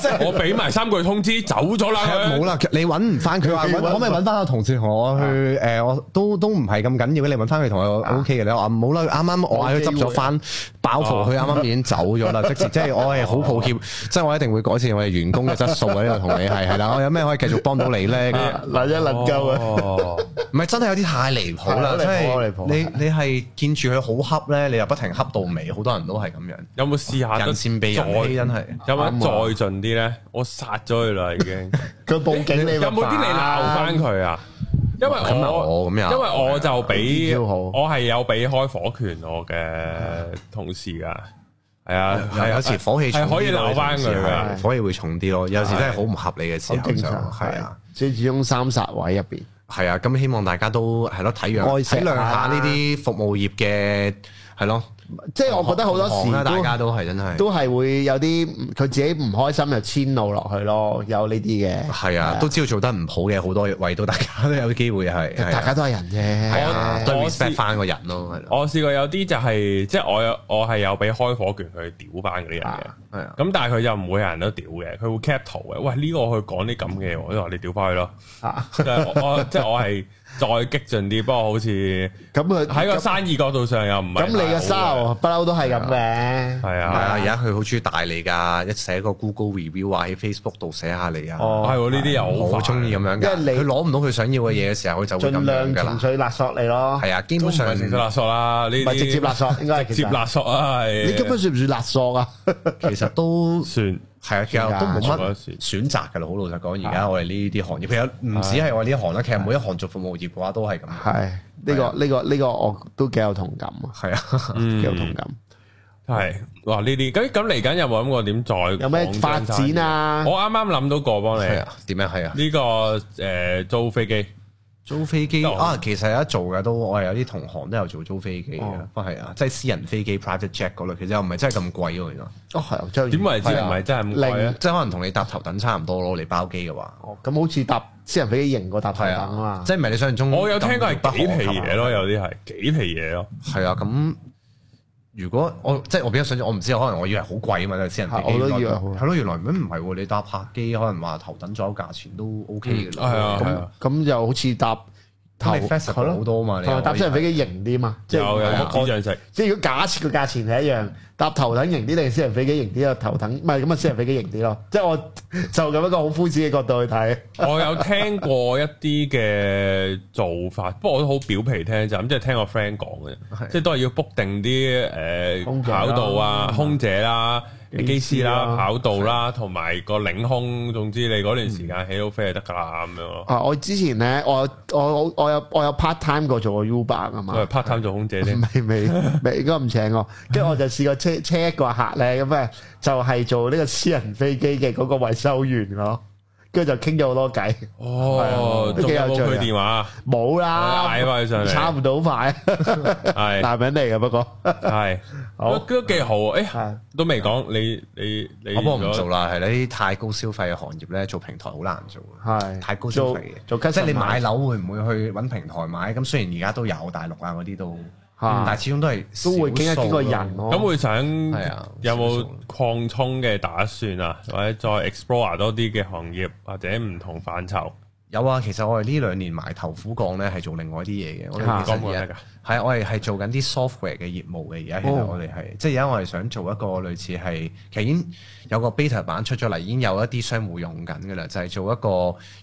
Speaker 3: 即係
Speaker 1: 我俾埋三句通知，走咗啦
Speaker 3: 係啊
Speaker 1: 佢
Speaker 3: 冇。啦，你揾唔翻佢話，
Speaker 2: 你
Speaker 3: 揾
Speaker 2: 揾唔
Speaker 3: 可唔可以揾翻個同事同我去誒？我都都唔係咁緊要嘅，你揾翻佢同我
Speaker 2: 啊
Speaker 3: O K 嘅。你話唔好啦，啱啱我嗌佢執咗翻包
Speaker 1: 哦
Speaker 2: 啊
Speaker 3: 袱，佢啱啱已經走 咗啦。即時即係我係好抱歉，即係我一定會改善我哋員工嘅質素喺度同你係 係啦。我有咩可以繼續幫到你咧？
Speaker 2: 嗱一能夠啊，
Speaker 1: 哦
Speaker 3: 唔係真係有啲太離譜啦，
Speaker 2: 係
Speaker 3: 即
Speaker 2: 好離
Speaker 3: 係
Speaker 2: 譜啊
Speaker 3: 你你係見住佢好恰咧，你又不停恰到尾，好多人都係咁樣，
Speaker 1: 有冇試
Speaker 2: 啊
Speaker 1: 下
Speaker 3: 人善被人欺真係。
Speaker 1: 有冇再盡啲咧？我殺咗佢啦，已經。
Speaker 2: 佢報警你
Speaker 1: 有冇啲你鬧翻佢啊？因為
Speaker 3: 哇咁啊
Speaker 1: 我
Speaker 3: 我咁又
Speaker 1: 因為我就俾
Speaker 2: 呢招好
Speaker 1: 我係有俾開火權我嘅同事噶，係啊，係
Speaker 3: 係有時火氣重啲
Speaker 1: 係
Speaker 3: 咯
Speaker 1: 可以鬧翻佢
Speaker 2: 㗎
Speaker 1: 噶，
Speaker 3: 係火氣會重啲咯。有時真係好唔合理嘅時
Speaker 2: 好
Speaker 3: 候
Speaker 2: 正
Speaker 3: 就
Speaker 2: 常
Speaker 3: 係啊。，
Speaker 2: 即係始終三殺位入邊
Speaker 3: 係啊，咁希望大家都係咯，體諒
Speaker 2: 愛
Speaker 3: 體
Speaker 2: 錫
Speaker 3: 諒下
Speaker 2: 下
Speaker 3: 呢啲服務業嘅係咯，
Speaker 2: 即係我覺得好多
Speaker 3: 行
Speaker 2: 時
Speaker 3: 啦大
Speaker 2: 都
Speaker 3: 家都係真係
Speaker 2: 都係會有啲佢自己唔開心就遷怒落去咯，有呢啲嘅。
Speaker 3: 係啊，都知道做得唔好嘅好多位都大家都有機會係，係啊
Speaker 2: 大家都係人
Speaker 3: 係
Speaker 2: 啫，
Speaker 3: 啊，
Speaker 1: 我
Speaker 3: 都
Speaker 1: 我
Speaker 3: respect
Speaker 1: 試
Speaker 3: 翻個人咯，係咯，
Speaker 1: 我試過有啲就係即係我有我係有俾開火權去屌翻嗰啲人嘅。
Speaker 2: 啊
Speaker 3: 係啊，
Speaker 1: 咁但係佢就唔會人都屌嘅，佢會 cap 圖嘅。喂，呢、個佢講啲咁嘅嘢喎，我就話你屌翻佢咯。
Speaker 2: 啊
Speaker 1: 即係我我即係我係再激進啲，不過好似
Speaker 2: 咁佢
Speaker 1: 喺個生意角度上又唔係
Speaker 2: 咁你嘅
Speaker 1: 太好
Speaker 2: style 不嬲都係咁
Speaker 1: 係
Speaker 2: 嘅，
Speaker 3: 係啊，
Speaker 1: 啊，
Speaker 3: 而家佢好中意帶你㗎，一寫個 Google review 啊，喺 Facebook 度寫下你啊，
Speaker 2: 哦
Speaker 1: 係喎，呢啲又
Speaker 3: 我
Speaker 1: 好
Speaker 3: 中意咁樣㗎。
Speaker 2: 因為你
Speaker 3: 佢攞唔到佢想要嘅嘢嘅時候，佢就會咁
Speaker 2: 盡
Speaker 3: 樣
Speaker 2: 量
Speaker 3: 㗎
Speaker 2: 情
Speaker 3: 啦。
Speaker 2: 緒勒索你咯，
Speaker 3: 係啊，基
Speaker 1: 基
Speaker 3: 本
Speaker 1: 本上
Speaker 3: 上
Speaker 1: 情緒勒索啦，呢
Speaker 2: 唔係
Speaker 1: 啲
Speaker 2: 直接勒索應該係
Speaker 1: 直
Speaker 2: 其
Speaker 1: 接
Speaker 2: 實
Speaker 1: 勒索啊，
Speaker 2: 你
Speaker 1: 你
Speaker 2: 根本算唔算勒索啊？
Speaker 3: 其實都
Speaker 1: 算
Speaker 3: 係啊，其實都冇乜選擇㗎啦。好老實講，而家我哋呢啲行業，其實唔止係我哋呢一行啦，其實每一行做服務業嘅話都係咁。
Speaker 2: 係呢
Speaker 3: 係
Speaker 2: 個
Speaker 3: 啊
Speaker 2: 呢個呢個我都幾有同感啊，
Speaker 3: 係啊，
Speaker 2: 幾有
Speaker 1: 嗯
Speaker 2: 同感。
Speaker 1: 係哇呢啲咁咁嚟緊有冇諗過點再
Speaker 2: 有咩
Speaker 1: 講
Speaker 2: 發
Speaker 1: 張生意
Speaker 2: 展？啊？
Speaker 1: 我啱啱諗到個幫
Speaker 3: 係
Speaker 1: 你
Speaker 3: 啊，點樣係啊？
Speaker 1: 呢個誒租飛機。
Speaker 3: 租飛機
Speaker 1: 哦
Speaker 3: 啊，其實有得做嘅都，我係有啲同行都有做租飛機嘅
Speaker 2: 哦，
Speaker 3: 不過係啊，即係私人飛機 private jet 嗰類，其實又唔係真係咁貴喎，原來
Speaker 2: 哦，係張
Speaker 1: 點為之唔係真係咁貴咧
Speaker 2: 零？
Speaker 3: 即係可能同你搭頭等差唔多咯，你包機嘅話。
Speaker 2: 哦，咁好似搭私人飛機型過搭頭
Speaker 3: 係
Speaker 2: 等
Speaker 3: 啊
Speaker 2: 啊嘛，
Speaker 3: 即係唔係你想象中？
Speaker 1: 我有聽過係幾皮嘢咯，有
Speaker 3: 啲
Speaker 1: 啲係幾皮嘢咯。
Speaker 3: 係啊。咁如果我即係我比較想象，我唔知，可能我以為好貴啊嘛，有私人飛機
Speaker 2: 係我都
Speaker 3: 原來
Speaker 2: 以為好貴
Speaker 3: 係咯，原來咁唔係喎，你搭客機可能話頭等左右價錢都 OK 嘅咯。
Speaker 1: 嗯係啊係啊
Speaker 2: 咁就好似搭頭
Speaker 3: 咁你 flexible 好多啊嘛
Speaker 2: 同
Speaker 3: 你
Speaker 2: 埋
Speaker 3: 又
Speaker 2: 啊搭
Speaker 3: 可以
Speaker 2: 私人飛機型啲嘛，即
Speaker 1: 有
Speaker 2: 係
Speaker 1: 有有
Speaker 2: 我
Speaker 1: 紙
Speaker 2: 我
Speaker 1: 張食，
Speaker 2: 即係如果假設個價錢係一樣，搭頭等型啲定私人飛機型啲啊？頭等唔係咁啊，私人飛機型啲咯。即係我 就咁一個好膚淺嘅角度去睇，
Speaker 1: 我有聽過一啲嘅做法，不過我都好表皮聽就咁，即係聽我 friend 講嘅啫，即係都係要 book 定啲誒
Speaker 2: 空姐啦嗯
Speaker 1: 跑道啊、空姐啦、機
Speaker 2: 機
Speaker 1: 師
Speaker 2: 師啦
Speaker 1: 啦、跑道啦，同埋個領空，總之你嗰段時
Speaker 2: 嗯
Speaker 1: 間起到飛就得㗎啦咁樣咯。
Speaker 2: 啊！我之前咧，我我我有我有 part time 過做過 Uber 噶嘛
Speaker 1: 我。係 part time 做空姐啫，
Speaker 2: 未未未，應該唔請我。跟住我就試過車車一個客咧，咁啊就係做呢個私人飛機嘅嗰個維修員咯。跟住就傾咗好多偈，
Speaker 1: 哦，
Speaker 2: 都
Speaker 1: 仲
Speaker 2: 幾
Speaker 1: 有冇
Speaker 2: 有趣啊
Speaker 1: 佢電話啊？
Speaker 2: 冇啦，
Speaker 1: 嗌翻佢上
Speaker 2: 差
Speaker 1: 嚟，
Speaker 2: 唔到牌，
Speaker 1: 係
Speaker 2: 男人嚟嘅不過。
Speaker 1: 係，
Speaker 2: 好
Speaker 1: 都都幾好啊！哎
Speaker 2: 係
Speaker 1: 都未講你你你，
Speaker 3: 我不過唔做啦，係你啲太高消費嘅行業咧，做平台好難做啊。
Speaker 2: 係
Speaker 3: 太高消費嘅，
Speaker 2: 做做
Speaker 3: 即係你
Speaker 2: customer
Speaker 3: 買樓會唔會去揾平台買？咁雖然而家都有大陸啊嗰啲都，
Speaker 2: 嚇
Speaker 3: 但係始終都係
Speaker 2: 都會傾一
Speaker 3: 少數啊
Speaker 2: 傾個
Speaker 3: 咯
Speaker 2: 人咯。
Speaker 1: 咁會想
Speaker 3: 係啊
Speaker 1: 有
Speaker 3: 少
Speaker 1: 冇
Speaker 3: 數
Speaker 1: 擴充嘅打算啊？或者再 explore 多啲嘅行業或者唔同範疇？
Speaker 3: 有啊，其實我哋呢兩年埋頭苦幹咧，係做另外啲嘢嘅。我哋
Speaker 2: 嚇
Speaker 3: 其
Speaker 1: 啊講
Speaker 3: 實
Speaker 1: 冇
Speaker 3: 而
Speaker 1: 得
Speaker 3: 家
Speaker 1: 㗎，
Speaker 3: 係我哋係做緊啲 software 嘅業務嘅。而家其實
Speaker 2: 哦
Speaker 3: 我哋係即係而家我哋想做一個類似係其實已經有個 beta 版出咗嚟，已經有一啲商戶用緊㗎啦，就係、做一個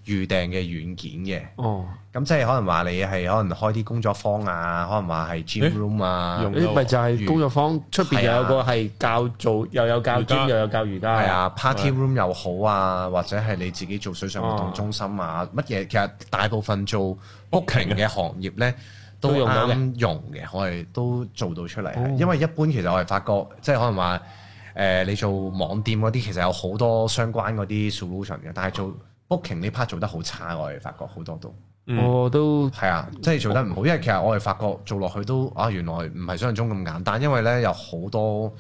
Speaker 3: 預訂嘅軟件嘅。
Speaker 2: 哦，
Speaker 3: 咁即係可能話你係可能開啲工作坊啊，可能話係
Speaker 1: 欸
Speaker 3: gym room 啊，
Speaker 1: 用
Speaker 2: 誒咪就係工作坊出邊又有個係教做，又有教
Speaker 1: 瑜伽
Speaker 2: gym 又有教瑜伽。
Speaker 3: 係，啊，party room 又好啊，或者係你自己做水上活動中心啊，乜嘢、其實大部分做 booking 嘅行業咧。都
Speaker 2: 都用到嘅
Speaker 3: 啱用嘅，哦我哋都做到出嚟。係因為一般其實我哋發覺，即係可能話誒、你做網店嗰啲，其實有好多相關嗰啲 solution 嘅，但係做 booking 呢 part 做得好差，我哋發覺好多都。
Speaker 1: 嗯
Speaker 2: 我都
Speaker 3: 係啊，即係做得唔好，因為其實我哋發覺做落去都啊，原來唔係想像中咁簡單，因為咧有好多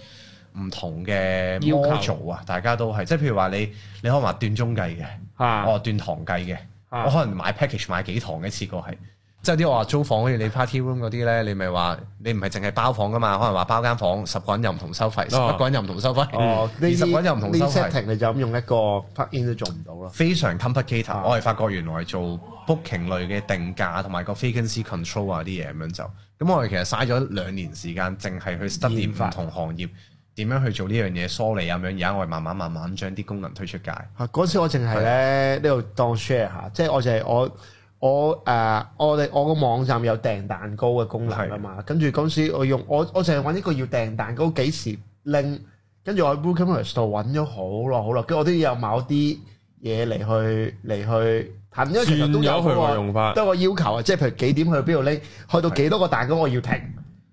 Speaker 3: 唔同嘅
Speaker 2: 要求
Speaker 3: module 啊，大家都係，即係譬如話你你可能話斷鐘計嘅，
Speaker 2: 嚇
Speaker 3: 我話斷堂計嘅，
Speaker 2: 啊
Speaker 3: 我可能買 package 買幾堂嘅一次過係。即係啲我話租房，好似你 party room 嗰啲咧，你咪話你唔係淨係包房噶嘛，可能話包間房十個人又唔同收費，十
Speaker 1: 哦
Speaker 3: 一個人又唔同收費，
Speaker 2: 哦，呢
Speaker 3: 二十
Speaker 2: 啲
Speaker 3: 個人又唔同
Speaker 2: 呢
Speaker 3: 收
Speaker 2: 啲
Speaker 3: 費。
Speaker 2: setting 你就咁用一個 plug in 都做唔到咯。
Speaker 3: 非常 complicated，、
Speaker 2: 啊
Speaker 3: 我係發覺原來做 booking 類嘅定價同埋個 vacancy control 啊啲嘢咁樣就，咁我哋其實嘥咗兩年時間，淨係去 study
Speaker 2: 研發
Speaker 3: 唔同行業點樣去做呢樣嘢梳理咁樣，而家我哋慢慢慢慢將啲功能推出街。
Speaker 2: 啊！嗰次我淨係咧呢度當 share 下，即係我就係我我誒、呃我哋我個網站有訂蛋糕嘅功能啊嘛，跟住嗰時我用我我淨係揾一個要訂蛋糕幾時拎，跟住我喺 WooCommerce 度揾咗好耐好耐，跟住我都要有某啲嘢嚟去嚟去騰，因為其實都有
Speaker 1: 轉咗佢
Speaker 2: 嗰
Speaker 1: 個
Speaker 2: 個
Speaker 1: 用法
Speaker 2: 都有個要求啊，即係譬如幾點去邊度拎，去到幾多個蛋糕我要停。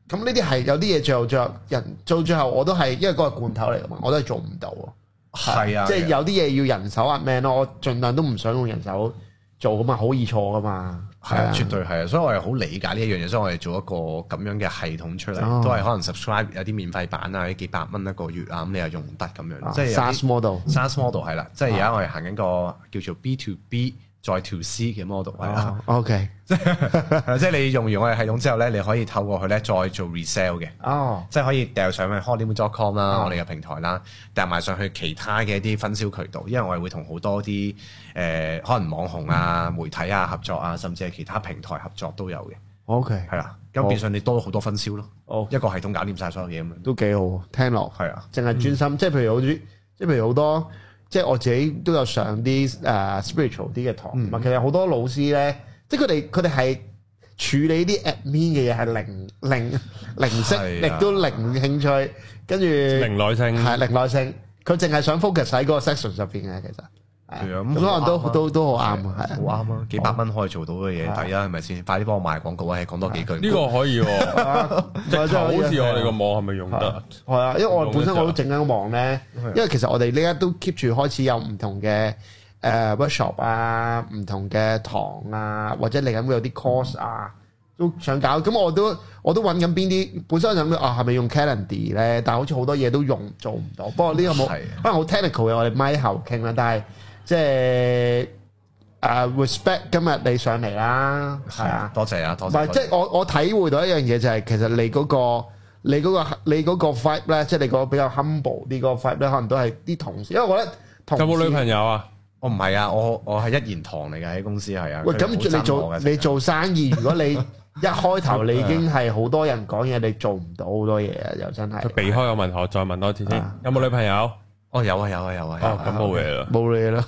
Speaker 2: 咁呢啲係有啲嘢最後最後人做最後我都係因為嗰個罐頭嚟噶嘛，我都係做唔到啊。
Speaker 3: 係啊，
Speaker 2: 即啊係有啲嘢要人手壓命咯。我盡量都唔想用人手做噶嘛，好易錯噶嘛。係
Speaker 3: 係
Speaker 2: 啊
Speaker 3: 啊，絕對係啊，所以我係好理解呢一樣嘢，所以我哋做一個咁樣嘅系統出嚟，
Speaker 2: 哦
Speaker 3: 都係可能 subscribe 有啲免費版啊，有幾百蚊一個月啊，咁你又用得咁樣，即係有啲
Speaker 2: SaaS model。啊
Speaker 3: SaaS model 係啦，即係而家我哋行緊個叫做 B to B 再 to C 嘅 model 係啊啦，
Speaker 2: 哦，OK，
Speaker 3: 係啦即係你用完我哋系統之後咧，你可以透過佢咧再做 resell 嘅。
Speaker 2: 哦，
Speaker 3: 即係可以掉上去 hotlim.com
Speaker 2: 啊
Speaker 3: 啦，我哋嘅平台啦，掉埋上去其他嘅一啲分銷渠道，因為我哋會同好多啲誒、呃可能網紅啊、媒體啊合作啊，甚至係其他平台合作都有嘅，
Speaker 2: OK，
Speaker 3: 係啦。咁
Speaker 2: 好
Speaker 3: 變相你多咗好多分銷咯，
Speaker 2: 哦，
Speaker 3: 一個系統搞掂晒所有嘢咁樣。
Speaker 2: 都幾好，聽落
Speaker 3: 係啊，
Speaker 2: 淨係專心，即係譬如好似，即係譬如好多，即係我自己都有上啲誒 spiritual 啲嘅堂，
Speaker 3: 嗯
Speaker 2: 嘛、其實好多老師咧，即係佢哋佢哋係處理啲 admin 嘅嘢係零零零識，
Speaker 3: 係
Speaker 2: 亦
Speaker 3: 啊
Speaker 2: 都零興趣，跟住
Speaker 1: 零耐性
Speaker 2: 係零耐性，佢淨係想 focus 喺嗰個 section 上邊嘅，其實係啊
Speaker 3: 係啊
Speaker 2: 咁
Speaker 3: 咁
Speaker 2: 可能都
Speaker 3: 好啱啊
Speaker 2: 都都好啱啊，係啊
Speaker 3: 好啱啊！幾百蚊可以做到嘅嘢抵啊，係咪先？快啲幫我賣廣告啊！係講多幾句。
Speaker 1: 呢個可以
Speaker 2: 啊
Speaker 1: 喎，直頭好似我哋個網係咪用得？
Speaker 2: 係啊，因為我本身我都整緊網咧，因為其實我哋呢家都 keep 住開始有唔同嘅誒 workshop 啊，唔同嘅堂啊，或者嚟緊會有啲 course 啊，都想搞。咁我都我都揾緊邊啲，本身我諗啊係咪用 Calendar 咧？但係好似好多嘢都用做唔到。不過呢個冇
Speaker 3: 係
Speaker 2: 可能好 technical 嘅，我哋咪後傾啦。但係即係誒 respect 今日你上嚟啦，係
Speaker 3: 係啊
Speaker 2: 啊，。
Speaker 3: 多謝啊，
Speaker 2: 唔
Speaker 3: 多
Speaker 2: 係，
Speaker 3: 謝。
Speaker 2: 即係我我體會到一樣嘢就係，其實你嗰個你嗰個你嗰個 vibe 咧，即係你個比較 humble 啲個 vibe 咧，可能都係啲同事，因為我覺得同事
Speaker 1: 有冇女朋友啊？
Speaker 3: 我唔係啊，我我係一言堂嚟嘅喺公司係啊。
Speaker 2: 喂，
Speaker 3: 佢
Speaker 2: 咁
Speaker 3: 好
Speaker 2: 你
Speaker 3: 憎我
Speaker 2: 做
Speaker 3: 嘅
Speaker 2: 你做生意，如果 你一開頭你已經係好多人講嘢，你做唔到好多嘢啊，又真
Speaker 1: 佢
Speaker 2: 係
Speaker 1: 避開個問題，我再問多次先
Speaker 2: 啊。
Speaker 1: 有冇女朋友？
Speaker 3: 哦有啊有啊有啊有
Speaker 1: 哦，咁
Speaker 3: 啊，
Speaker 1: 冇嘢啦。
Speaker 2: 冇嘢咯，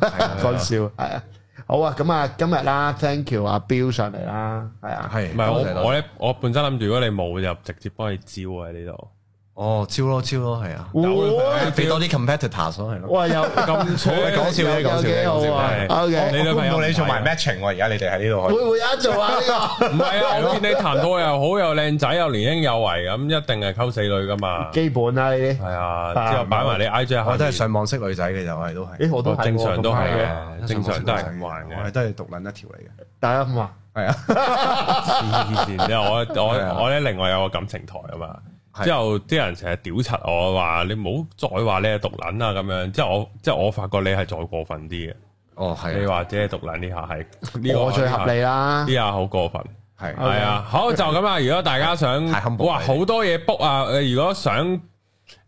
Speaker 3: 係啊
Speaker 2: 講笑係啊，好啊，咁啊，今日啦，thank you 阿 Bill 上嚟啦，係啊，
Speaker 3: 係
Speaker 1: 唔係
Speaker 3: 多謝多謝
Speaker 1: 我我咧，我本身諗住如果你冇就直接幫你招啊喺呢度。
Speaker 3: 哦，超咯超咯，係啊，
Speaker 2: 哇
Speaker 3: 俾多啲 competitors 咯，係咯。
Speaker 2: 哇，有
Speaker 1: 咁粗
Speaker 3: 喂講笑啫
Speaker 2: 有
Speaker 3: 講笑啫
Speaker 2: 幾好
Speaker 1: 講
Speaker 2: 啊
Speaker 1: 笑
Speaker 2: ，OK，
Speaker 1: 你女朋友
Speaker 3: 我估唔到你做埋
Speaker 1: 唔係啊
Speaker 3: matching 喎，而家你哋喺呢度可以
Speaker 2: 會唔會有得做啊 呢個
Speaker 1: 唔？係啊！我見你談吐又好，又靚仔，又年輕有為，咁一定係溝死女噶嘛。
Speaker 2: 基本啦呢啲。
Speaker 1: 係啊，
Speaker 2: 啊
Speaker 1: 之後擺埋你 I G
Speaker 3: 我
Speaker 1: 下
Speaker 3: 都係
Speaker 1: 面，
Speaker 3: 上網識女仔嘅啫，我哋都係。
Speaker 2: 咦，我都係喎
Speaker 1: 正常都係
Speaker 2: 咁樣
Speaker 1: 嘅，正常都係咁玩
Speaker 3: 我哋
Speaker 1: 嘅。
Speaker 3: 都係獨撚一條嚟嘅。
Speaker 2: 大家咁話，
Speaker 3: 係啊，
Speaker 1: 黐線！之後我
Speaker 3: 係啊
Speaker 1: 我我咧另外有個感情台啊嘛。
Speaker 3: 係
Speaker 1: 之後啲人成日屌柒我話你唔好再話你係毒撚啊咁樣。之後我之後我發覺你係再過分啲嘅。
Speaker 3: 哦
Speaker 1: 你
Speaker 3: 係啊，
Speaker 1: 話自己係毒撚呢下係呢個
Speaker 2: 我最合理啊啦
Speaker 1: 呢。下好過分。
Speaker 3: 係
Speaker 1: 係啊，好就咁啊！如果大家想
Speaker 3: 太 humble
Speaker 1: 哇
Speaker 3: 啦
Speaker 1: 好多嘢 book 啊，誒如果想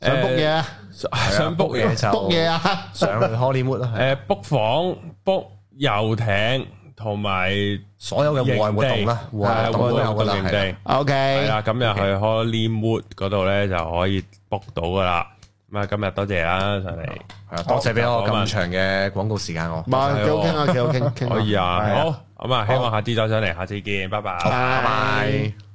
Speaker 2: 想 book 嘢
Speaker 1: 誒
Speaker 2: 啊
Speaker 1: 想 book 嘢
Speaker 3: 就
Speaker 2: ，book 嘢啊，
Speaker 3: 上去 Hollywood 啦，係啊
Speaker 1: 誒 book 房 book 遊艇同埋
Speaker 3: 所有嘅戶外活動啦，戶外
Speaker 1: 係
Speaker 3: 活動都
Speaker 1: 戶外
Speaker 3: 有
Speaker 1: 活
Speaker 3: 噶
Speaker 1: 動
Speaker 3: 啦，
Speaker 1: 營
Speaker 3: 係
Speaker 1: 地
Speaker 3: 啊
Speaker 2: OK，
Speaker 1: 係啦，咁又去 Hollywood 嗰度咧就可以 book 到噶啦。咁啊，今日多謝啦上嚟，
Speaker 3: 係啊，多謝俾我咁長嘅廣告時間我
Speaker 2: 唔。係幾好傾啊，幾好傾，傾啊
Speaker 1: 可以啊，
Speaker 2: 係
Speaker 1: 好咁啊，希望下次再上嚟，下次見，拜拜。
Speaker 3: 拜拜。